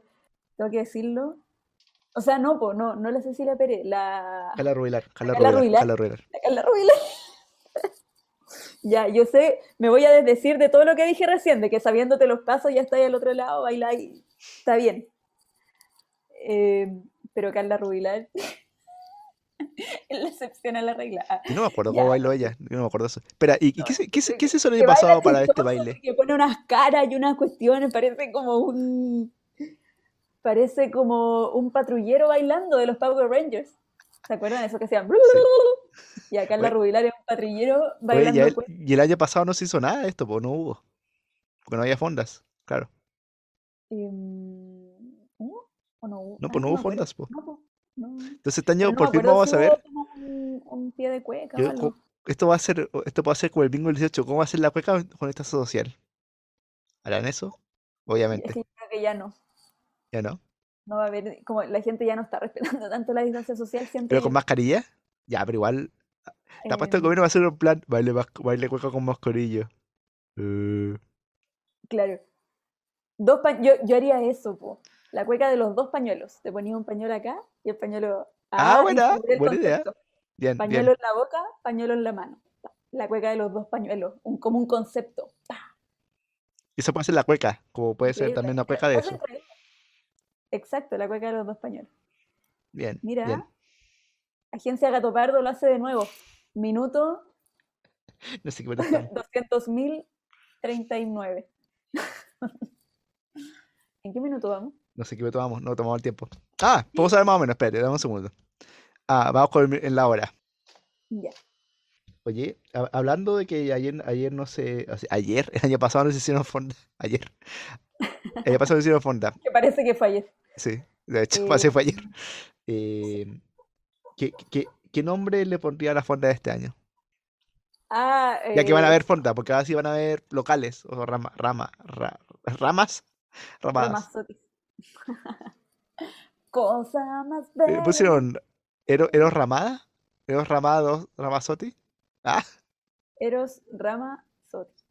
B: tengo que decirlo. O sea, no, po, no, no la Cecilia Pérez, la,
A: Carla Rubilar, Carla
B: Carla
A: Rubilar,
B: Rubilar.
A: Carla Rubilar.
B: la Carla Rubilar. Ya, yo sé, me voy a desdecir de todo lo que dije recién, de que sabiéndote los pasos ya estáis al otro lado, bailáis, está bien. Eh, pero Carla Rubilar es la excepción a la regla. Ah,
A: Yo no me acuerdo
B: Ya,
A: cómo bailó ella, yo no me acuerdo eso. Espera, ¿y, y qué, se- qué, se- qué se hizo el año
B: que baila
A: pasado para este
B: chistoso
A: baile?
B: porque pone unas caras y unas cuestiones, parece como un parece como un patrullero bailando de los Power Rangers. ¿Se acuerdan de eso que hacían? Y a Carla
A: Oye.
B: Rubilar es un patrullero
A: Oye, y,
B: bailando pues,
A: el,
B: cueca.
A: y el año pasado no se hizo nada de esto, pues no hubo. Porque no había fondas, claro.
B: Em, ¿Hubo o no hubo?
A: No,
B: Ah,
A: pues no
B: no
A: hubo
B: me acuerdo.
A: fondas, pues.
B: No, po, no.
A: Entonces este año
B: Pero no me
A: por fin
B: acuerdo
A: vamos
B: si
A: a
B: hubo
A: ver.
B: como un, un pie de cueca o
A: yo co-
B: algo.
A: esto va a ser, o esto va a ser como el bingo del 18, ¿cómo va a ser la cueca con esta social? ¿Harán eso?
B: Es
A: Obviamente,
B: que yo creo que ya no.
A: ya no.
B: No va a haber, como la gente ya no está respetando tanto la distancia social, siento
A: Pero con
B: yo.
A: mascarilla, ya, pero igual, la apuesto que el
B: Em,
A: gobierno va a ser un plan, baile, mas- baile cueca con mascarilla. Eh,
B: Claro. Dos pa- yo, yo haría eso, po. La cueca de los dos pañuelos. Te ponía un pañuelo acá y el pañuelo.
A: Ah,
B: y
A: buena,
B: entender el
A: buena idea.
B: concepto.
A: Bien,
B: Pañuelo
A: bien.
B: en la boca, pañuelo en la mano. Pa. La cueca de los dos pañuelos, un, como un concepto. Pa.
A: Y se puede hacer la cueca, como puede ser
B: Increíble,
A: también una
B: increíble.
A: cueca de
B: Cosa
A: eso.
B: increíble. Exacto, la cueca de los dos pañuelos.
A: Bien,
B: Mira,
A: bien.
B: Agencia Gato Pardo lo hace de nuevo. Minuto
A: No sé qué bueno estamos.
B: 200.039. ¿En qué minuto vamos?
A: No sé qué minuto vamos, no tomamos el tiempo. Ah, podemos saber más o menos, espérate, dame un segundo. Ah, vamos con el mi- en la hora.
B: Ya.
A: Oye, hab- hablando de que ayer, ayer no sé, o sea, ayer, el año pasado nos hicieron fonda, ayer, el año pasado nos hicieron fonda,
B: Que parece que fue ayer.
A: sí, de hecho,
B: Eh,
A: así fue ayer. Eh, ¿qué, qué, qué nombre le pondría a la fonda de este año?
B: Ah,
A: Ya que van a
B: eh,
A: haber fonda, porque ahora sí van a haber locales, o rama, rama, ra- ramas, ramadas.
B: Ramazotti. Cosa más
A: Eh,
B: bella.
A: pusieron Ero- Eros Ramada, Eros Ramada, Ramazotti. Ah,
B: Eros Ramazotti.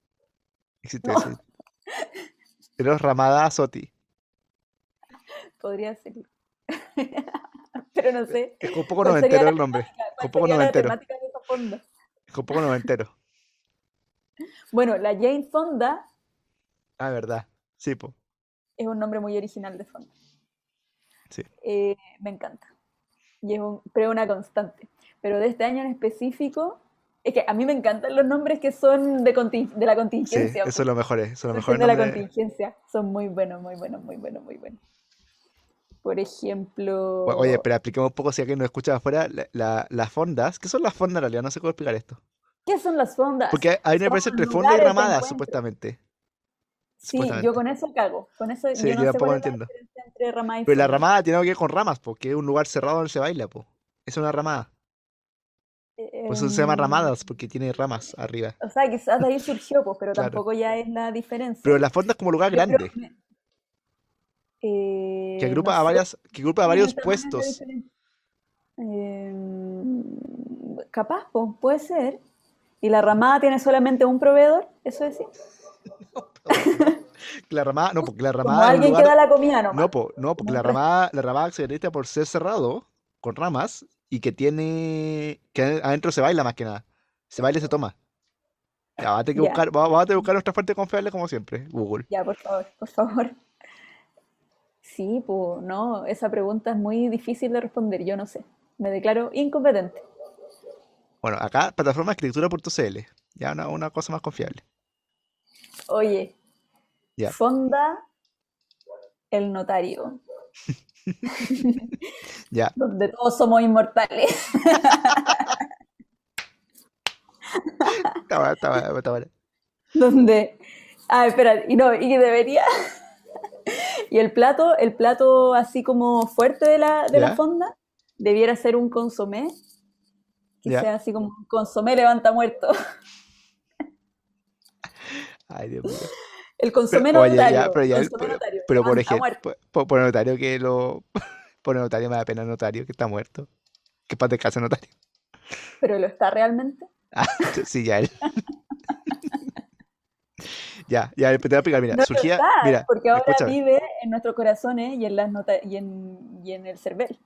A: existe
B: No.
A: eso. Eros Ramada Sotti.
B: Podría ser. Pero no sé.
A: Eh, Un poco
B: ¿Cuál Pues sería
A: noventero
B: la
A: el nombre.
B: ¿Cuál
A: Un poco
B: sería la
A: noventero.
B: temática de esa fonda?
A: Un poco noventero.
B: Bueno, la Jane Fonda
A: Ah, verdad. Sí, po.
B: es un nombre muy original de fonda.
A: Sí.
B: Eh, me encanta. Y es un, pero es una constante. Pero de este año en específico, es que a mí me encantan los nombres que son de, contin- de la
A: Sí,
B: contingencia.
A: eso es lo mejor. Eso es lo mejor.
B: Surgiendo de la
A: nombre.
B: contingencia. Son muy buenos, muy buenos, muy buenos, muy buenos. Por ejemplo,
A: O- Oye, pero expliquemos un poco si alguien nos escucha afuera. la- la- las fondas. ¿Qué son las fondas en realidad? No sé cómo explicar esto.
B: ¿qué son las fondas?
A: Porque hay- hay una
B: Son
A: diferencia entre fonda y
B: lugares de
A: ramada,
B: encuentro.
A: supuestamente.
B: sí, yo
A: supuestamente.
B: con eso cago. Con eso
A: Sí,
B: yo
A: yo
B: no sé
A: tampoco
B: cuál
A: lo
B: es la
A: entiendo.
B: diferencia entre ramada y
A: Pero la
B: fonda.
A: ramada tiene algo que ver con ramas, porque es un lugar cerrado donde se baila, po. Es una ramada. Por pues, eso se llama
B: Em,
A: ramadas, porque tiene ramas arriba.
B: O sea, quizás de ahí surgió, pues, pero
A: Claro.
B: tampoco ya es la diferencia.
A: Pero la fonda es como lugar
B: Yo creo
A: grande,
B: que- Eh,
A: que
B: no
A: agrupa a
B: sé,
A: varias, que agrupa a
B: ¿cuál es
A: varios
B: el tamaño de la
A: puestos.
B: diferencia? Em, capaz, po, puede ser. ¿Y la ramada tiene solamente un proveedor? ¿Eso decir?
A: Que La ramada, no, porque la
B: Como
A: ramada es un
B: alguien que da
A: lugar.
B: la comida nomás.
A: No, po- no, porque
B: como
A: la
B: un resto.
A: ramada, la ramada se caracteriza por ser cerrado, con ramas, y que tiene. que ade- adentro se baila más que nada. Se baila y se toma. Ya, vamos a tener que
B: Ya.
A: buscar, va- vamos a tener que buscar nuestra fuente confiable como siempre, Google.
B: Ya, por favor, por favor. Sí, pues, no, esa pregunta es muy difícil de responder, yo no sé. Me declaro incompetente.
A: Bueno, acá, plataforma escritura.cl. Ya una, una cosa más confiable.
B: Oye,
A: Ya.
B: Fonda el notario,
A: Ya.
B: donde todos somos inmortales.
A: Está bueno, está bueno, está bueno.
B: Donde. Ah, espera, y no, y que debería. Y el plato, el plato así como fuerte de la, de la
A: Ya.
B: fonda, debiera ser un consomé, que
A: Ya.
B: sea así como un consomé levanta muerto.
A: Ay, Dios mío.
B: El
A: Pero,
B: consomé
A: oye,
B: notario.
A: ya, pero ya,
B: consomé
A: pero,
B: notario,
A: pero por
B: levanta
A: ejemplo,
B: muerto.
A: por, por- por notario que lo, por notario me da pena notario que está muerto, que paz descanse notario.
B: Pero lo está realmente.
A: Ah, sí, ya él. Ya, ya, te voy a explicar, mira,
B: No lo
A: surgía,
B: está,
A: mira,
B: porque ahora
A: escúchame,
B: vive en nuestros corazones y en las nota- y en, y en el cervel.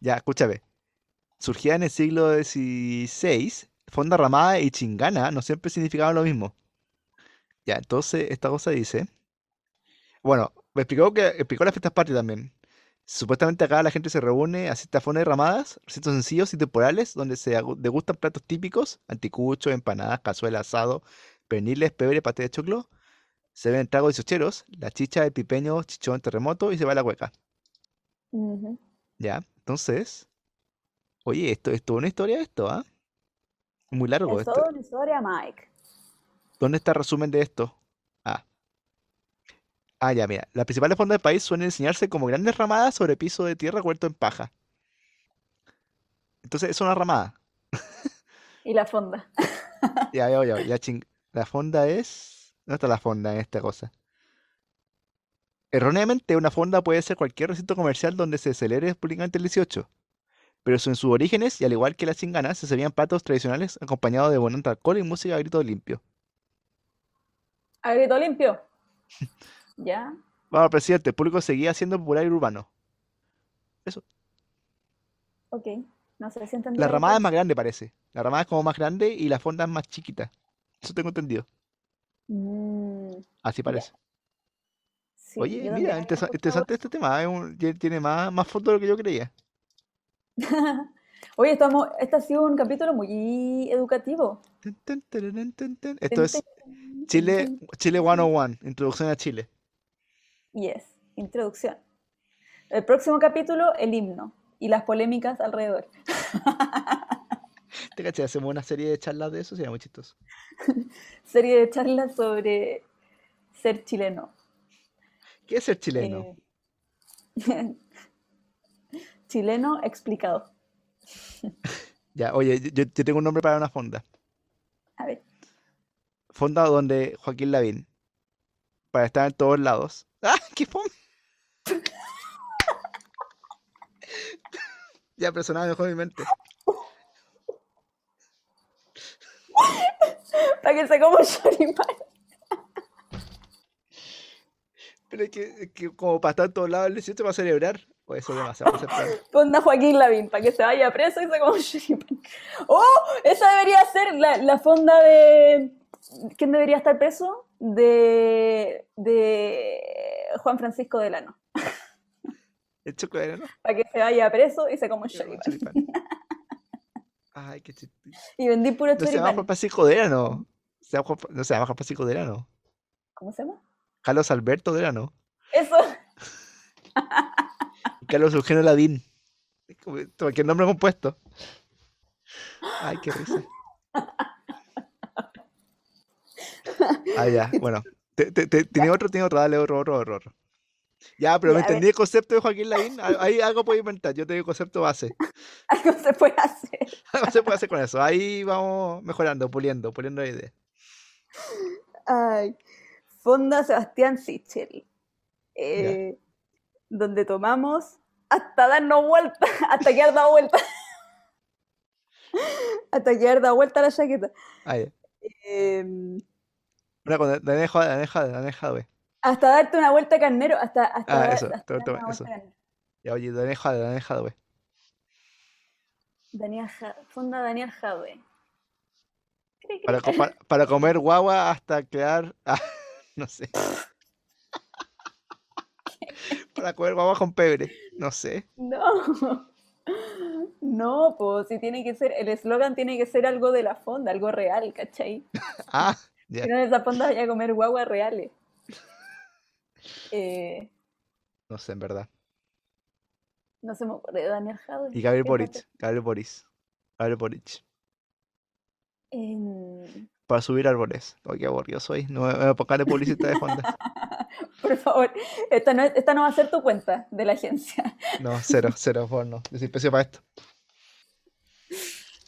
A: ya, escúchame. Surgía en el siglo XVI, Fonda Ramada y Chingana no siempre significaban lo mismo. Ya, entonces esta cosa dice, bueno, me explicó que explicó las fiestas patria también. Supuestamente acá la gente se reúne, asiste a fondas y ramadas, recetos sencillos y temporales, donde se agu- degustan platos típicos, anticuchos, empanadas, cazuela, asado, peniles, pebre, paté de choclo, se ven tragos y socheros, la chicha, el pipeño, chichón, terremoto y se va la hueca.
B: Ujú.
A: Ya, entonces, oye, esto es toda una historia esto, ¿ah? Muy largo
B: Es
A: esto.
B: toda una historia, Mike.
A: ¿Dónde está el resumen de esto? Ah. Ah, ya, mira. Las principales fondas del país suelen enseñarse como grandes ramadas sobre piso de tierra cubierto en paja. Entonces, es una ramada.
B: Y la fonda.
A: Ya, ya, ya. La, ching- la fonda es. ¿Dónde está la fonda en esta cosa? Erróneamente, una fonda puede ser cualquier recinto comercial donde se celebre públicamente el 18. Pero en sus orígenes, y al igual que las chinganas, se servían platos tradicionales acompañados de abundante alcohol y música a grito limpio.
B: A grito limpio. Ya.
A: Vamos, presidente, el público seguía siendo popular y urbano.
B: Ok. No sé si entendí.
A: La
B: la
A: ramada es
B: referencia.
A: más grande, parece. La ramada es como más grande y la fonda es más chiquita. Eso tengo entendido.
B: Mm,
A: Así parece.
B: sí,
A: Oye, mira,
B: yo también había
A: interesa-
B: escuchado
A: interesante este tema. es un- tie- tiene más, más fondo de lo que yo creía.
B: Oye, estamos, este ha sido un capítulo muy educativo.
A: Tun, tun, tararán, tun, tun. Esto
B: Tin,
A: es
B: tin, tin,
A: Chile,
B: tin.
A: Chile 101, Introducción a Chile.
B: Yes, introducción. El próximo capítulo, el himno y las polémicas alrededor.
A: Te caché, hacemos una serie de charlas de eso, sería muy chistoso.
B: Serie de charlas sobre ser chileno.
A: ¿Qué es ser chileno?
B: Eh, chileno explicado.
A: Ya, oye, yo, yo tengo un nombre para una fonda.
B: A ver,
A: Fonda donde Joaquín Lavín. Para estar en todos lados. ¡Ah! ¡Qué fome! ya, pero sonaba mejor en mi mente.
B: para que se coma un choripán.
A: Pero es que, es que como para estar en todos lados el 18 para celebrar. Pues eso es demasiado. para ser plan.
B: Ponda Joaquín Lavín, para que se vaya preso y se coma un choripán. ¡Oh! Esa debería ser la, la fonda de. ¿Quién debería estar preso? De. de Juan Francisco Delano.
A: El chocolate, ¿no?
B: Para que se vaya preso y se coma un
A: Era un
B: choripán.
A: choripán. Ay, qué chiste.
B: Y vendí puro
A: No se llama
B: choripán.
A: Juan Francisco Derano. Se llama Juan Fra- No se llama Juan Francisco Derano.
B: ¿Cómo se llama?
A: Carlos Alberto Derano.
B: Eso.
A: y Carlos Eugenio Ladín. Es como- como ¿Qué nombre compuesto? Ay, qué risa. Ah, ya, bueno. Te- te- te- Tenía otro, tenía otro, dale, otro, otro, otro. otro. Ya, pero
B: Ya,
A: me
B: a ver.
A: entendí el concepto de Joaquín Lavín. a- Ahí algo puedo inventar. Yo tengo el concepto base.
B: Algo se puede hacer.
A: Algo se puede hacer con eso. Ahí vamos mejorando, puliendo, puliendo la idea.
B: Ay. Fonda Sebastián Sichel. eh, donde tomamos hasta darnos vuelta, hasta que dado vuelta. hasta que dado vuelta la chaqueta.
A: Ah, ya.
B: Em,
A: Una con Daniel Jade, Daniel Jade, Daniel Jadwe.
B: hasta darte una vuelta carnero, hasta, hasta,
A: Ah,
B: dar-
A: eso,
B: hasta
A: toma,
B: dar
A: toma,
B: una vuelta
A: eso.
B: carnero.
A: Ya, oye, Daniel Jade, Daniel Jadwe.
B: Daniel Ja- Fonda Daniel Jadwe. Cri, cri.
A: Para, co- para, para comer guagua hasta crear. ah, no sé. para comer guagua con pebre. No sé.
B: No. No, pues si tiene que ser, el eslogan tiene que ser algo de la fonda, algo real, ¿cachai?
A: Ah, ya.
B: Que no en esa fonda vaya a comer guaguas reales. Eh,
A: No sé, en verdad.
B: no se me ocurre, Daniel Jadwe.
A: Y Gabriel
B: ¿qué más te-
A: Boric. Gabriel Boric. Gabriel Boric.
B: Em,
A: Para subir árboles. Oh, qué aburrido soy. No me me voy a poner de publicista de fonda.
B: por favor, esta no, es- esta no va a ser tu cuenta de la agencia.
A: No, cero, cero, porno. Yo soy pésimo para esto.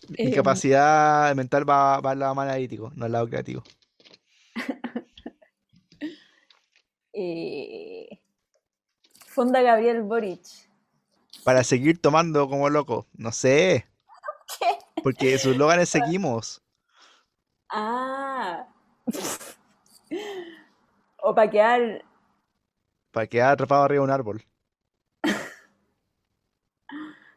A: Mi- Mi
B: Em.
A: capacidad mental va, va al lado más analítico, no al lado creativo.
B: Eh, fonda Gabriel Boric.
A: Para seguir tomando como loco. No sé. Porque sus eslogan es seguimos.
B: Ah. O para quedar
A: Para quedar atrapado arriba de un árbol.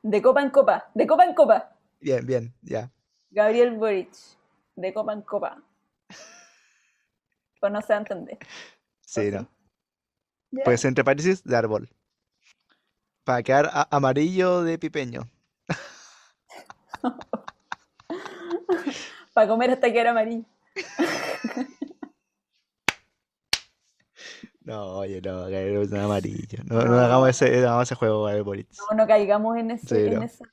B: de copa en copa, de copa en copa.
A: Bien, bien, ya.
B: Gabriel Boric, de copa en copa. Pues no se va a entender.
A: Sí,
B: Ok.
A: no. Pues entre paréntesis, de árbol. Para quedar a- amarillo de pipeño.
B: Para comer hasta que era amarillo.
A: No, oye, no, Gabriel Boric no es amarillo. No, no hagamos ese, no hagamos ese juego, Gabriel Boric.
B: No, no caigamos en ese,
A: Sí,
B: en
A: no.
B: ese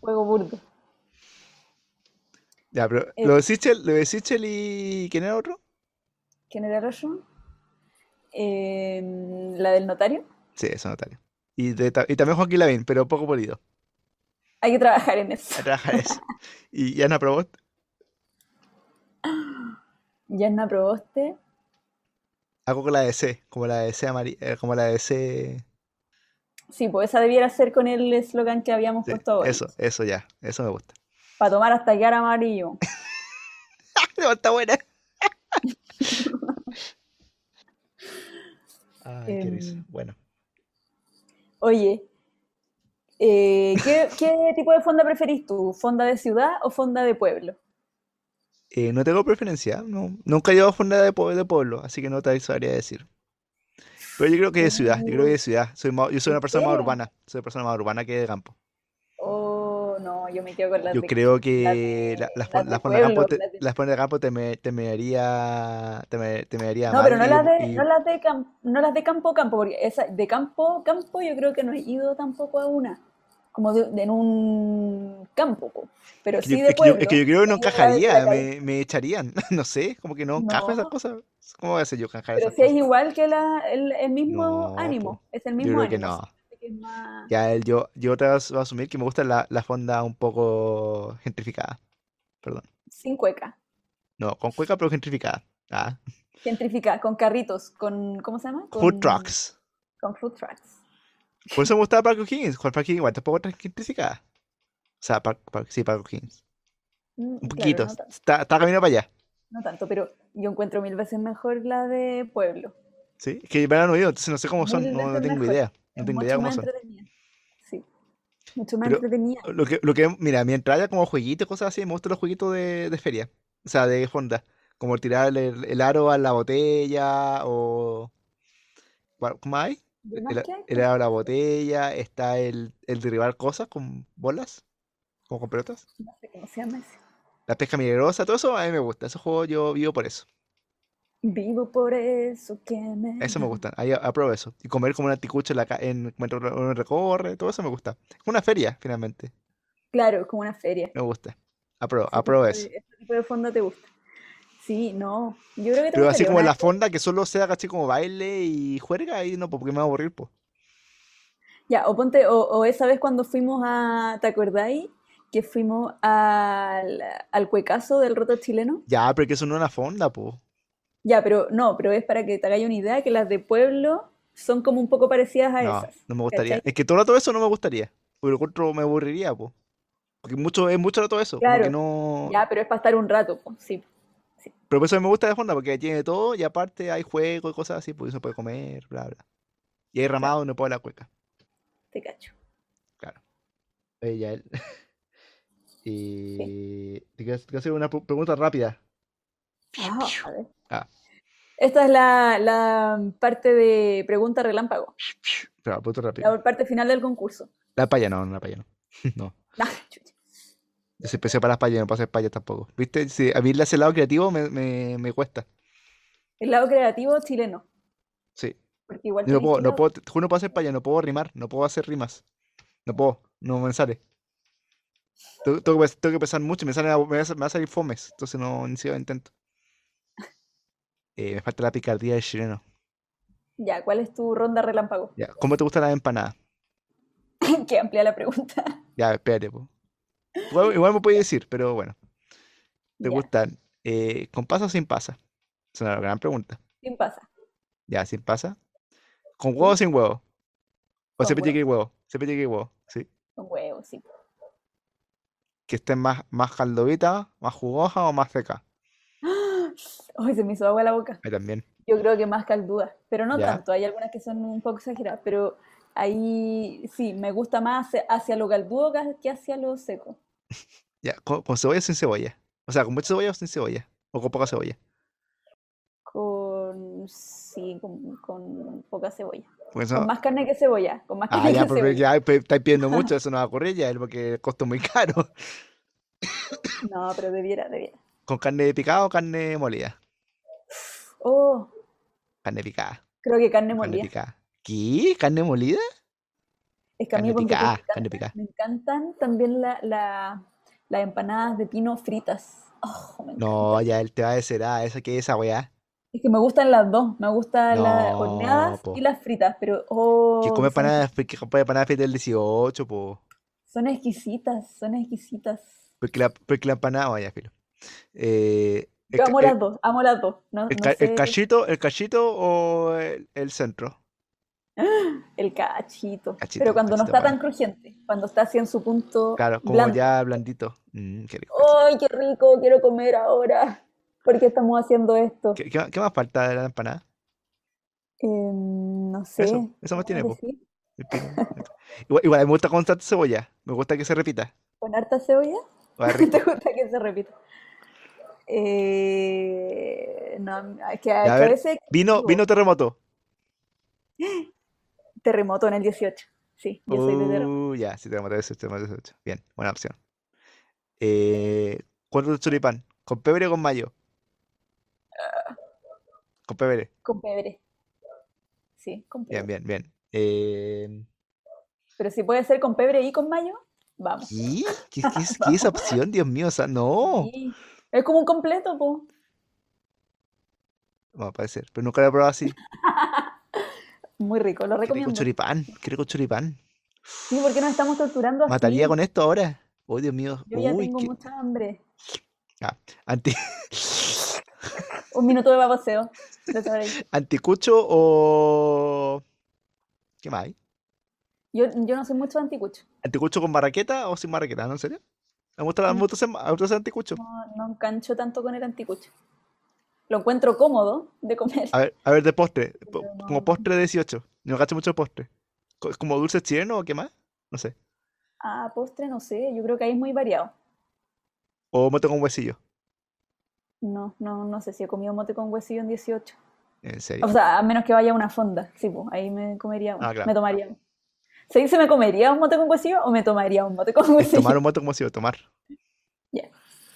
B: juego burdo.
A: Ya, pero
B: Eh.
A: lo de Sichel, lo de Sichel y. ¿Quién era otro?
B: ¿Quién era el otro? Em, la del notario.
A: Sí, eso notario. Y, de ta- y también Joaquín Lavín, pero poco polido.
B: Hay que trabajar en
A: A
B: eso.
A: trabajar eso. Y, y Ana Probost,
B: Yanna Proboste.
A: algo con la DC, como la DC amarilla, eh, como la DC.
B: Sí, pues esa debiera ser con el eslogan que habíamos
A: sí,
B: puesto ahora.
A: eso, eso ya, eso me gusta.
B: Para tomar hasta que era amarillo.
A: No, está buena. Ay, qué risa.
B: Em,
A: Bueno,
B: Oye, Eh, ¿qué, qué tipo de fonda preferís tú? ¿Fonda de ciudad o fonda de pueblo?
A: Eh, no tengo preferencia, no, nunca he llevado fonda de, pue- de pueblo, así que no te sabría decir. Pero yo creo que de ciudad, yo creo que de ciudad. Soy más- yo soy
B: ¿En
A: una persona más
B: serio?
A: urbana, soy una persona más urbana que de campo.
B: Oh, no, yo me quedo con las
A: Yo
B: de,
A: creo
B: las
A: que la-
B: de,
A: las,
B: las
A: fon-
B: de
A: las fondas de campo
B: pueblo.
A: te,
B: las de-
A: las fondas de campo te me, te me haría, te me, te me haría
B: No, pero
A: mal
B: no
A: y,
B: las de,
A: y-
B: no las de, cam- no las de campo campo, porque esa, de campo campo yo creo que no he ido tampoco a una, como de, de en un campo, po. pero
A: que yo-
B: sí
A: es,
B: de
A: que yo, es que
B: pueblo.
A: yo creo que no
B: he ido a la de
A: encajaría,
B: la calle.
A: me, me echarían, no sé, como que no encajo esas
B: No,
A: cosas. ¿Cómo voy a hacer yo encajar
B: pero
A: esas
B: sí es
A: cosas?
B: igual que la, el, el mismo
A: No, po,
B: ánimo, es el
A: yo
B: mismo
A: creo que
B: ánimo,
A: no.
B: sí, que es más-
A: Ya, el- yo, yo te vas- voy a asumir que me gusta la, la fonda un poco gentrificada. Perdón.
B: sin cueca,
A: No, con cueca, pero gentrificada. Ah.
B: gentrificada, con carritos, con, ¿cómo se llama?
A: Food
B: Con,
A: trucks.
B: con food trucks.
A: Por eso me gustaba Park O'Higgins. Juan Park O'Higgins igual tampoco tan gentrificada. O sea, Park, Park- sí, Park O'Higgins. Un
B: Mm, claro,
A: poquito.
B: no tanto,
A: Está, está camino para allá.
B: no tanto, pero yo encuentro mil veces mejor la de pueblo,
A: ¿Sí? Es Que me lo han oído, entonces no sé cómo son.
B: mil
A: No, no
B: veces
A: tengo
B: mejor,
A: idea. No
B: es
A: tengo idea
B: mucho
A: cómo
B: más
A: son.
B: entretenida. Sí, mucho más
A: Pero
B: entretenida.
A: lo que, lo que, mira, mientras haya como jueguitos, cosas así, me gustan los jueguitos de, de feria. O sea, de fonda. Como tirar el, el aro a la botella o... ¿Cuál- ¿Cómo hay?
B: ¿De más
A: El,
B: que hay?
A: el aro a la botella, está el, el derribar cosas con bolas, como con pelotas.
B: No sé cómo se llama ese.
A: La pesca milagrosa, todo eso a mí me gusta. Esos juegos yo vivo por eso.
B: Vivo por eso que me
A: Eso me
B: da.
A: gustan, ahí a- apruebo eso. Y comer como un anticucho en la ca- en, mientras uno uno recorre, todo eso me gusta. Es una feria, finalmente.
B: Claro, es como una feria.
A: Me gusta. Apruebo,
B: Ese
A: apruebo
B: tipo
A: eso.
B: de, ese tipo de fondo te gusta. Sí, no. Yo creo que te
A: Pero así
B: gustaría
A: como
B: una
A: la
B: vez.
A: fonda que solo sea así como baile y juerga, ahí no, porque me va a aburrir, pues.
B: Ya, o ponte, o, o esa vez cuando fuimos a, ¿te acordáis? Que fuimos al, al cuecazo del roto chileno.
A: Ya, pero que eso no es una fonda, pues.
B: Ya, pero no, pero es para que te hagáis una idea que las de pueblo son como un poco parecidas a
A: No,
B: esas.
A: no me gustaría.
B: Ah, ¿Cachai?
A: Es que todo el rato eso no me gustaría. Porque lo encuentro me aburriría, pues. Porque mucho, es mucho rato eso, como que
B: Claro,
A: no.
B: ya, pero es para estar un rato, po, sí. sí.
A: Pero por eso me gusta la fonda, porque tiene todo y aparte hay juegos y cosas así, pues uno puede comer, bla, bla. Y hay
B: Claro,
A: ramado y no puede la cueca,
B: te cacho.
A: claro. Oye, Yael,
B: Sí.
A: y te quiero te quiero hacer una pu- pregunta rápida.
B: Ah, a ver.
A: Ah,
B: Esta es la, la parte de pregunta relámpago,
A: claro, pregunta rápida.
B: la parte final del concurso.
A: La paya no, no, la paya no. No.
B: Ah, chucha.
A: Yo soy especial para las payas, no puedo hacer payas tampoco. ¿Viste? Sí, a mí ese lado creativo me, me, me cuesta.
B: El lado creativo chileno,
A: Sí.
B: porque igual
A: Yo no
B: tenéis
A: puedo,
B: tu
A: no
B: lado.
A: puedo, te juro, no puedo hacer payas, no puedo rimar, no puedo hacer rimas. No puedo, no me sale. Tengo, tengo que, pens- tengo que pensar mucho, y me sale, la- me va a sa- me va a salir fomes, entonces no ni siquiera intento. Eh, me falta la picardía del chileno.
B: Ya, ¿cuál es tu ronda relámpago?
A: Ya, ¿cómo te gusta la empanada?
B: Que amplía la pregunta.
A: Ya, espérate, po. Igual, igual me puedes decir, pero bueno. ¿Te
B: Ya,
A: gustan eh, con pasa o sin pasa? Es una gran pregunta.
B: ¿quién pasa?
A: Ya, sin pasa. ¿Con huevo o
B: ¿Sí?
A: sin huevo? O
B: Con
A: siempre tiene que
B: huevo,
A: ir huevo. Siempre tiene que ir huevo, sí.
B: con huevo, sí.
A: Que estén más, más caldovita, más jugosa o más seca.
B: Ay, se me hizo agua la boca.
A: Ahí también.
B: Yo creo que más caldudas, pero no
A: Ya,
B: tanto. Hay algunas que son un poco exageradas, pero ahí sí, me gusta más hacia, hacia lo caldudo ca- que hacia lo seco.
A: ya. ¿Con, con cebolla o sin cebolla? O sea, ¿con mucha cebolla o sin cebolla? ¿O con poca cebolla?
B: Con, sí, con, con poca cebolla.
A: Porque
B: Con
A: eso...
B: más carne que cebolla, con más
A: Ah,
B: carne
A: ya,
B: que
A: pero
B: cebolla.
A: ya pe- estáis pidiendo mucho, eso no va a ocurrir ya, porque costa muy caro.
B: No, pero debiera, debiera.
A: ¿Con carne picada o carne molida?
B: Oh,
A: Carne picada,
B: creo que carne
A: carne
B: molida.
A: picada. ¿Qué? ¿Carne molida?
B: Es que a
A: Carne
B: mí, ponte tú, me
A: picada, carne
B: encantan,
A: picada.
B: me encantan también la, la- las empanadas de pino fritas. Oh, me
A: No,
B: encantan.
A: ya él te va a decir, ah, esa que es esa weá.
B: Es que me gustan las dos. Me gustan las
A: No,
B: horneadas y
A: po.
B: las fritas, pero
A: Que
B: oh,
A: come
B: son,
A: empanadas, fri- que come empanadas fritas del 18, po.
B: son exquisitas, son exquisitas.
A: Porque la, porque la empanada, vaya, filo. Eh, el,
B: Yo
A: ca-
B: amo
A: el-
B: las dos, amo las dos. No,
A: el
B: no
A: ca- el
B: sé,
A: cachito, el cachito o el, el centro.
B: el cachito.
A: Cachito,
B: Pero
A: el
B: cuando no
A: cachito,
B: está
A: bueno.
B: tan crujiente, cuando está así en su punto
A: Claro, como
B: blando.
A: ya blandito. Mm, qué rico cachito.
B: ¡Ay, qué rico! Quiero comer ahora. ¿Por qué estamos haciendo esto?
A: ¿Qué, qué ma- qué más falta de la empanada?
B: Em, no sé,
A: Eso, eso
B: ¿qué
A: más
B: más
A: tiene, po.
B: decir?
A: El pino. Igual, igual me gusta con tanta cebolla. Me gusta que se repita.
B: ¿Con harta cebolla?
A: Va
B: ¿Te
A: rico.
B: gusta que se repita? Eh, no, es que,
A: Ya,
B: a
A: a
B: que a
A: ver.
B: veces
A: Vino, vino terremoto.
B: terremoto en el 18. Sí, yo soy de terremoto.
A: Uh, ya, sí, terremoto 18, terremoto 18. Bien, buena opción. Eh, ¿cuál es el choripán? ¿Con pebre o con mayo? Con pebre.
B: Con pebre. Sí, con
A: Bien,
B: pebre.
A: bien, bien. Eh,
B: Pero si puede ser con pebre y con mayo, vamos.
A: ¿qué? ¿Qué, qué es, qué es esa opción? Dios mío, o sea, no.
B: Sí. Es como un completo, po.
A: Bueno, puede ser, pero nunca lo he probado así.
B: Muy rico, lo
A: Qué rico
B: recomiendo.
A: choripán, qué rico choripán.
B: Sí, ¿por qué nos estamos torturando
A: Mataría
B: así?
A: con esto ahora. Oh, Dios mío.
B: Yo ya
A: Uy,
B: tengo
A: qué.
B: mucha hambre.
A: Ah, anti-
B: Un minuto de babaseo. lo sabréis.
A: ¿Anticucho o. ¿Qué más hay?
B: Yo, yo no soy mucho anticucho.
A: ¿Anticucho con barraqueta o sin barraqueta? ¿No, en serio? Me gusta, me
B: Mm,
A: gusta, ese- me gusta ese anticucho.
B: No, no engancho tanto con el anticucho. Lo encuentro cómodo de comer,
A: A ver, a ver, de postre. po-
B: pero
A: Como
B: no.
A: postre 18. No cacho mucho postre. Co- ¿Como dulce chileno o qué más? No sé.
B: Ah, postre, no sé. Yo creo que ahí es muy variado.
A: O mote con huesillo.
B: No, no, no sé si he comido mote con huesillo en 18.
A: ¿En
B: O
A: serio?
B: sea, a menos que vaya a una fonda. Sí, pues, ahí me comería uno.
A: Ah, claro.
B: Me tomaría uno. ¿Se dice me comería un mote con huesillo o me tomaría un mote con
A: Es tomar
B: huesillo?
A: un mote con huesillo, tomar.
B: Ya,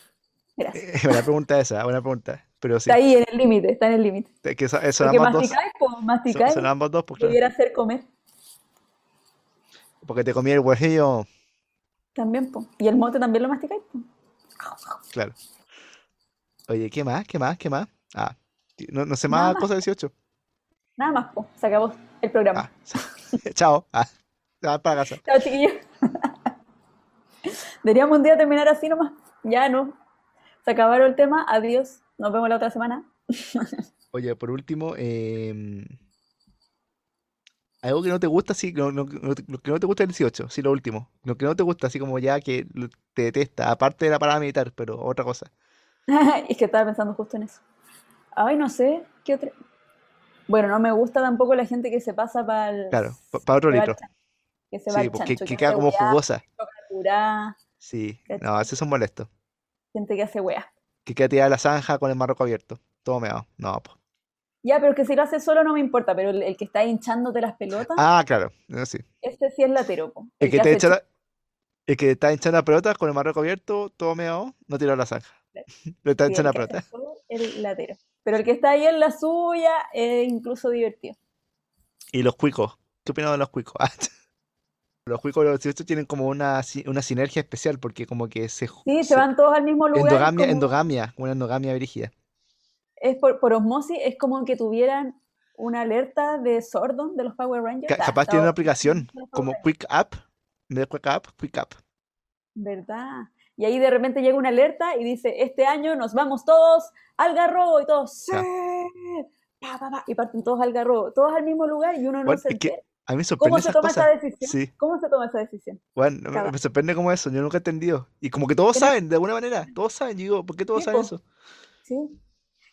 B: gracias.
A: Eh, buena pregunta esa, buena pregunta. Pero
B: Está
A: sí,
B: ahí en el límite, está en el límite.
A: es que son, son
B: Porque
A: ambas dos.
B: masticáis, pues
A: Son,
B: masticáis,
A: son ambas dos, pues claro.
B: pudiera hacer comer
A: Porque te comí el huesillo,
B: también, pues. Y el mote también lo masticáis, pues.
A: claro. Oye, ¿qué más? ¿Qué más? ¿Qué más? Ah, ti- no, no sé
B: Nada
A: más
B: más,
A: cosa 18.
B: nada más, pues. Se acabó el programa.
A: Ah, chao. Ah, te vas para casa.
B: Chao, chiquillos. Deberíamos un día terminar así nomás. Ya no. Se acabaron el tema. Adiós. Nos vemos la otra semana.
A: Oye, por último, em, algo que no te gusta, sí, lo, lo- lo- lo que no te gusta el 18, sí, lo último. Lo que no te gusta, así como ya que lo- te detesta, aparte de la parada militar, pero otra cosa.
B: Es que estaba pensando justo en eso. Ay, no sé. ¿Qué otra? Bueno, no me gusta tampoco la gente que se pasa para
A: Claro, para otro
B: Que va al
A: litro.
B: chancho, que se va
A: Sí,
B: al
A: porque
B: chancho, que
A: que
B: hace
A: queda como
B: weá,
A: jugosa.
B: toca curá,
A: Sí, no,
B: ¿cachai?
A: esos son molestos.
B: Gente que hace weá.
A: Que queda tirada a la zanja con el marroco abierto. Todo meado. No, po.
B: Ya, pero que si lo hace solo no me importa, pero el, el que está hinchándote las pelotas,
A: Ah, claro, eso sí.
B: este sí es latero, po.
A: El
B: El
A: que
B: que
A: te
B: hace
A: echa
B: chiste.
A: la- el que está hinchando la pelota con el marroco abierto, todo meado, no tirado a la zanja. Le está
B: Sí,
A: hinchando
B: el
A: la
B: que
A: pelota.
B: hace todo el latero. Pero el que está ahí en la suya es incluso divertido.
A: Y los cuicos. ¿Qué opinas de los cuicos? Ah, Los cuicos y los 18 tienen como una, si- una sinergia especial porque como que se, ju-
B: Sí, se
A: se-
B: van todos al mismo lugar, es
A: endogamia,
B: como,
A: endogamia, una endogamia brígida.
B: es por, por osmosis, es como que tuvieran una alerta de Sordon de los Power Rangers.
A: Ca-
B: Ah,
A: capaz tienen
B: estaba
A: una
B: pensando
A: aplicación
B: en los Power
A: como
B: Rangers,
A: Quick App, en vez de Quick App, Quick App.
B: ¿verdad? Y ahí de repente llega una alerta y dice, este año nos vamos todos al garrobo y todos, "Sí".
A: Ya.
B: Pa, pa, pa, y parten todos al garrobo, todos al mismo lugar y uno no
A: Bueno,
B: se
A: es que
B: entera.
A: a mí me
B: ¿Cómo
A: sorprende
B: se
A: esas
B: toma esa
A: cosas.
B: decisión?
A: Sí,
B: ¿Cómo se toma esa decisión?
A: bueno, me,
B: Cada-
A: me sorprende como eso, yo nunca he entendido. Y como que todos
B: Tiene-
A: saben, de alguna manera, todos saben. Yo digo, ¿por qué todos
B: sí,
A: saben
B: po,
A: eso?
B: sí.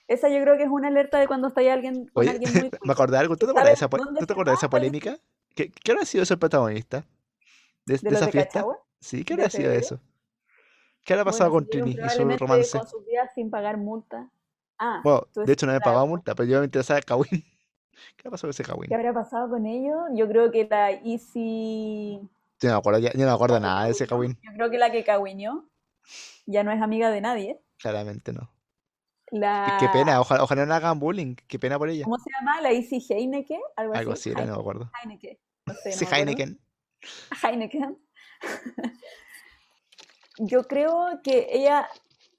B: Esa yo creo que es una alerta de cuando está ahí alguien
A: Oye,
B: con alguien muy
A: me
B: culto
A: acordaba algo.
B: que
A: ¿Tú te acordás
B: sabe
A: de esa, po-
B: dónde
A: tú te
B: se
A: acordás de
B: va
A: esa
B: para irse
A: polémica? ¿Qué, qué habrá sido ese protagonista de,
B: de
A: de
B: los
A: esa
B: de
A: fiesta?
B: Cachagua,
A: Sí, ¿qué
B: de
A: habrá sido
B: febrero.
A: eso? ¿Qué habrá pasado
B: Bueno,
A: con
B: siguieron
A: Trini y su
B: probablemente
A: romance?
B: con sus días sin pagar multa. Ah,
A: Bueno,
B: tú
A: de
B: decís
A: hecho no me he
B: otra
A: pagado
B: época.
A: multa, pero yo me interesaba Kawin. ¿Qué ha pasado con ese
B: ¿Qué
A: Kawin?
B: habrá pasado con ellos? Yo creo que la Easy,
A: Yo no me acuerdo, ya, yo no me acuerdo
B: la que
A: nada de ese
B: cahuineó,
A: Kawin.
B: yo creo que la que cahuineó ya no es amiga de nadie.
A: Claramente no. Qué, qué
B: La,
A: pena, ojalá, ojalá no le hagan bullying. Qué pena por ella.
B: ¿cómo se llama? La Easy Heineke, algo
A: Algo
B: así.
A: así era, no me acuerdo.
B: Heineke, no sé,
A: Sí,
B: no me acuerdo.
A: Heineken.
B: Heineken. Yo creo que ella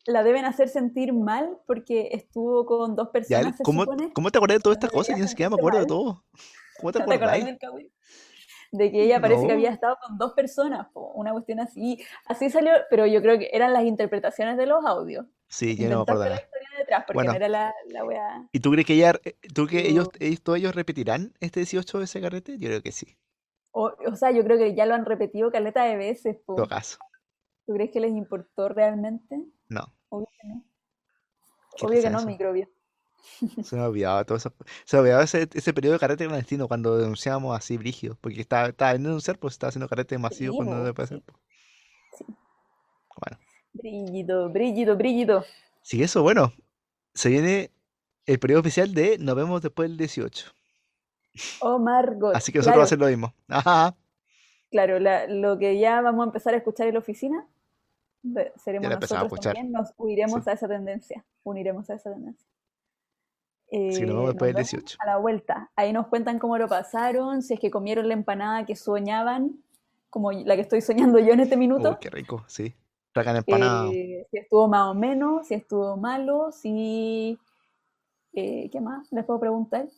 B: la deben hacer sentir mal porque estuvo con dos
A: Ya, él-
B: personas, se
A: ¿cómo,
B: supone.
A: ¿cómo te acordás de todas
B: No
A: estas cosas?
B: debería
A: Yo ni siquiera me acuerdo
B: sentirse
A: de
B: mal.
A: todo. ¿Cómo te
B: ¿No te acordáis
A: acordáis?
B: del Kawin? De que ella parece que
A: No.
B: había estado con dos personas, po, una cuestión así. Así salió, pero yo creo que eran las interpretaciones de los audios.
A: Sí, yo no me acuerdo
B: Inventarte la
A: nada.
B: historia detrás, porque no
A: Bueno,
B: era la, la weá.
A: ¿y tú crees que ella, eh, tú que ellos,
B: Pero,
A: ellos- todos ellos repetirán este 18 de ese carrete? Yo creo que sí. En
B: o, o sea, yo creo que ya lo han repetido caleta de veces,
A: todo
B: po.
A: caso.
B: ¿Tú crees que les importó realmente?
A: No.
B: Obvio que no.
A: ¿Qué
B: Obvio que
A: pasa
B: no,
A: eso?
B: microbio.
A: Se me olvidaba todo eso. Se me olvidaba ese, ese periodo de carrete clandestino cuando denunciábamos así brígido. Porque estaba, estaba en denunciar, pues estaba haciendo carrete masivo
B: Sí,
A: cuando no
B: bo,
A: se puede hacer.
B: sí.
A: po. Bueno.
B: Brígido, brígido, brígido.
A: Sí, eso, bueno. Se viene el periodo oficial de nos vemos después del 18.
B: Oh, Margot.
A: Así que nosotros va a
B: claro,
A: ser lo mismo. Ajá.
B: claro, la- lo que ya vamos a empezar a escuchar en la oficina, ve- seremos
A: Ya la empezaba a
B: nosotros
A: escuchar.
B: también, nos uniremos a esa tendencia, uniremos a esa tendencia.
A: Así que nos
B: Eh,
A: vemos después del
B: nos vemos
A: 18.
B: a la vuelta. Ahí nos cuentan cómo lo pasaron, si es que comieron la empanada que soñaban, como la que estoy soñando yo en este
A: Uy,
B: minuto.
A: qué rico, sí. Tragan empanado.
B: eh, si estuvo más o menos, si estuvo malo, si... eh, ¿qué más? Les puedo preguntar.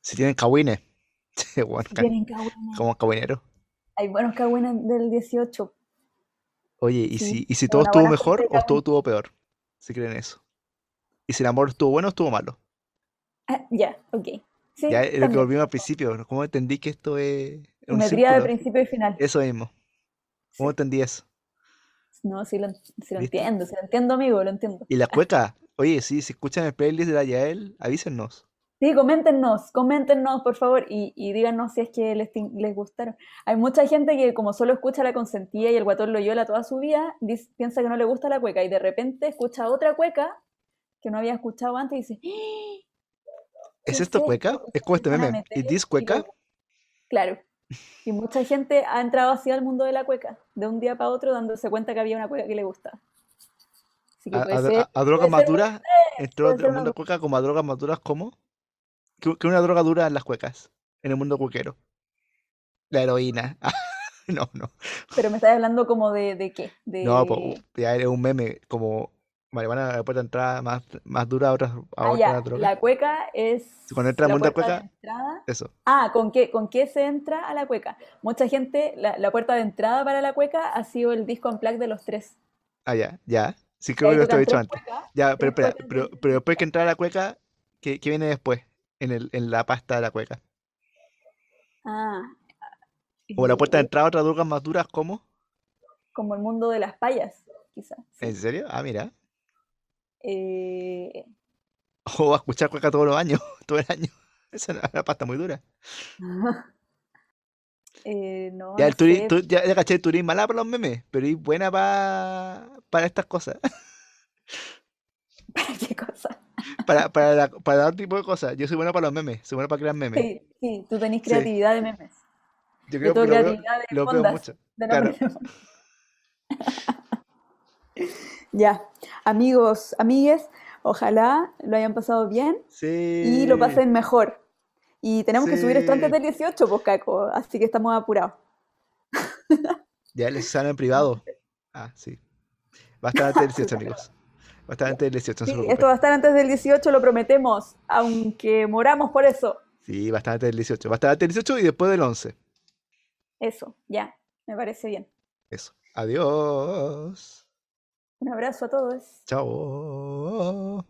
A: Si tienen cagüines. Sí, bueno, ca-
B: Tienen cagüenas.
A: como cagüinero.
B: Hay buenos cagüenas del 18.
A: Oye, ¿y
B: Sí,
A: si, y si
B: es
A: todo
B: una
A: estuvo
B: buena fuente
A: mejor
B: de
A: o todo
B: cagüín.
A: estuvo peor? Si creen eso. ¿Y si el amor estuvo bueno o estuvo malo?
B: Ah, ya, ok. Sí,
A: Ya es lo que
B: también.
A: volvimos al principio. ¿no? ¿Cómo entendí que esto es un
B: Una tríada
A: círculo?
B: de
A: Eh,
B: principio y final.
A: Eso mismo.
B: Sí.
A: ¿Cómo entendí eso?
B: No, sí lo, en- sí lo
A: ¿Viste?
B: entiendo, sí lo entiendo, amigo, lo entiendo.
A: Y la cueca. Oye, sí, si escuchan el playlist de la Yael, avísennos.
B: Sí, coméntenos, coméntenos, por favor, y, y díganos si es que les, tin- les gustaron. Hay mucha gente que como solo escucha la consentía y el guatón Loyola toda su vida, dis- piensa que no le gusta la cueca y de repente escucha otra cueca que no había escuchado antes y dice, "¡Ah! ¿Qué
A: ¿Es
B: es
A: esto cueca?
B: esto? Y
A: Es
B: se
A: como este
B: empiezan a
A: meme. ¿Y
B: meter
A: this
B: y
A: cueca?
B: luego- Claro. Y mucha gente ha entrado así al mundo de la cueca, de un día para otro dándose cuenta que había una cueca que le gustaba. Así que
A: ¿A,
B: puede
A: a-
B: ser,
A: a- a drogas
B: puede ser,
A: maduras? ¿Entró
B: puede
A: el
B: ser
A: mundo
B: una-
A: de cueca como a drogas maduras? ¿Cómo? ¿Qué, qué una droga dura en las cuecas? En el mundo cuequero. La heroína. no, no.
B: pero me estás hablando como de, de qué,
A: No, pues,
B: de...
A: ya es un meme. Como marihuana, la puerta de entrada más, más dura a otras, a
B: Ah, ya,
A: otras drogas.
B: la cueca es
A: Cuando entra al
B: la
A: mundo de
B: puerta de
A: cueca,
B: entrada.
A: eso.
B: Ah, ¿con qué, con qué se entra a la cueca? Mucha gente, la, la puerta de entrada para la cueca ha sido el disco Unplugged de los tres.
A: Ah, ya, ya. Sí,
B: Y
A: creo
B: ahí
A: que lo he
B: tocan
A: dicho
B: tres
A: antes.
B: cuecas,
A: Ya, pero
B: tres
A: espera,
B: cuecas
A: pero,
B: dentro de
A: pero
B: la
A: después que
B: cueca.
A: entrar a la cueca, ¿qué, qué viene después? En el, en la pasta de la cueca.
B: Ah,
A: Como la
B: eh,
A: puerta de entrada, otras drogas más duras, ¿cómo?
B: como el mundo de las payas, quizás.
A: ¿En
B: sí.
A: serio? Ah, mira.
B: Eh,
A: O a escuchar cueca todos los años, todo el año. Esa es una- una pasta muy dura.
B: eh, no,
A: Ya,
B: no
A: el turi,
B: sé.
A: tu- ya, ya caché, el turi es mala para los memes, pero es buena pa- para estas cosas.
B: ¿Para qué cosa?
A: Para, para, la- para otro tipo de cosas. Yo soy bueno para los memes, soy bueno para crear memes.
B: Sí, sí, tú tenés
A: Sí.
B: creatividad de memes.
A: Yo
B: Yo
A: creo
B: tengo
A: que lo veo,
B: creatividad de
A: lo veo
B: fondas.
A: mucho.
B: de la
A: Claro.
B: moneda. Ya, amigos, amigues, ojalá lo hayan pasado bien y lo
A: Sí.
B: pasen mejor. Y tenemos que subir esto antes
A: Sí.
B: del 18, pues, Caco, así que estamos apurados.
A: Ya les sale en privado. Ah, sí. Va a estar antes del 18, amigos. Va a estar antes del 18, no se
B: Sí, esto
A: preocupen.
B: va a estar antes del 18, lo prometemos, aunque moramos por eso.
A: Sí, va a estar antes del 18. Va a estar antes del 18 y después del 11.
B: Eso, ya, me parece bien.
A: Eso. Adiós.
B: Un abrazo a todos.
A: Chao.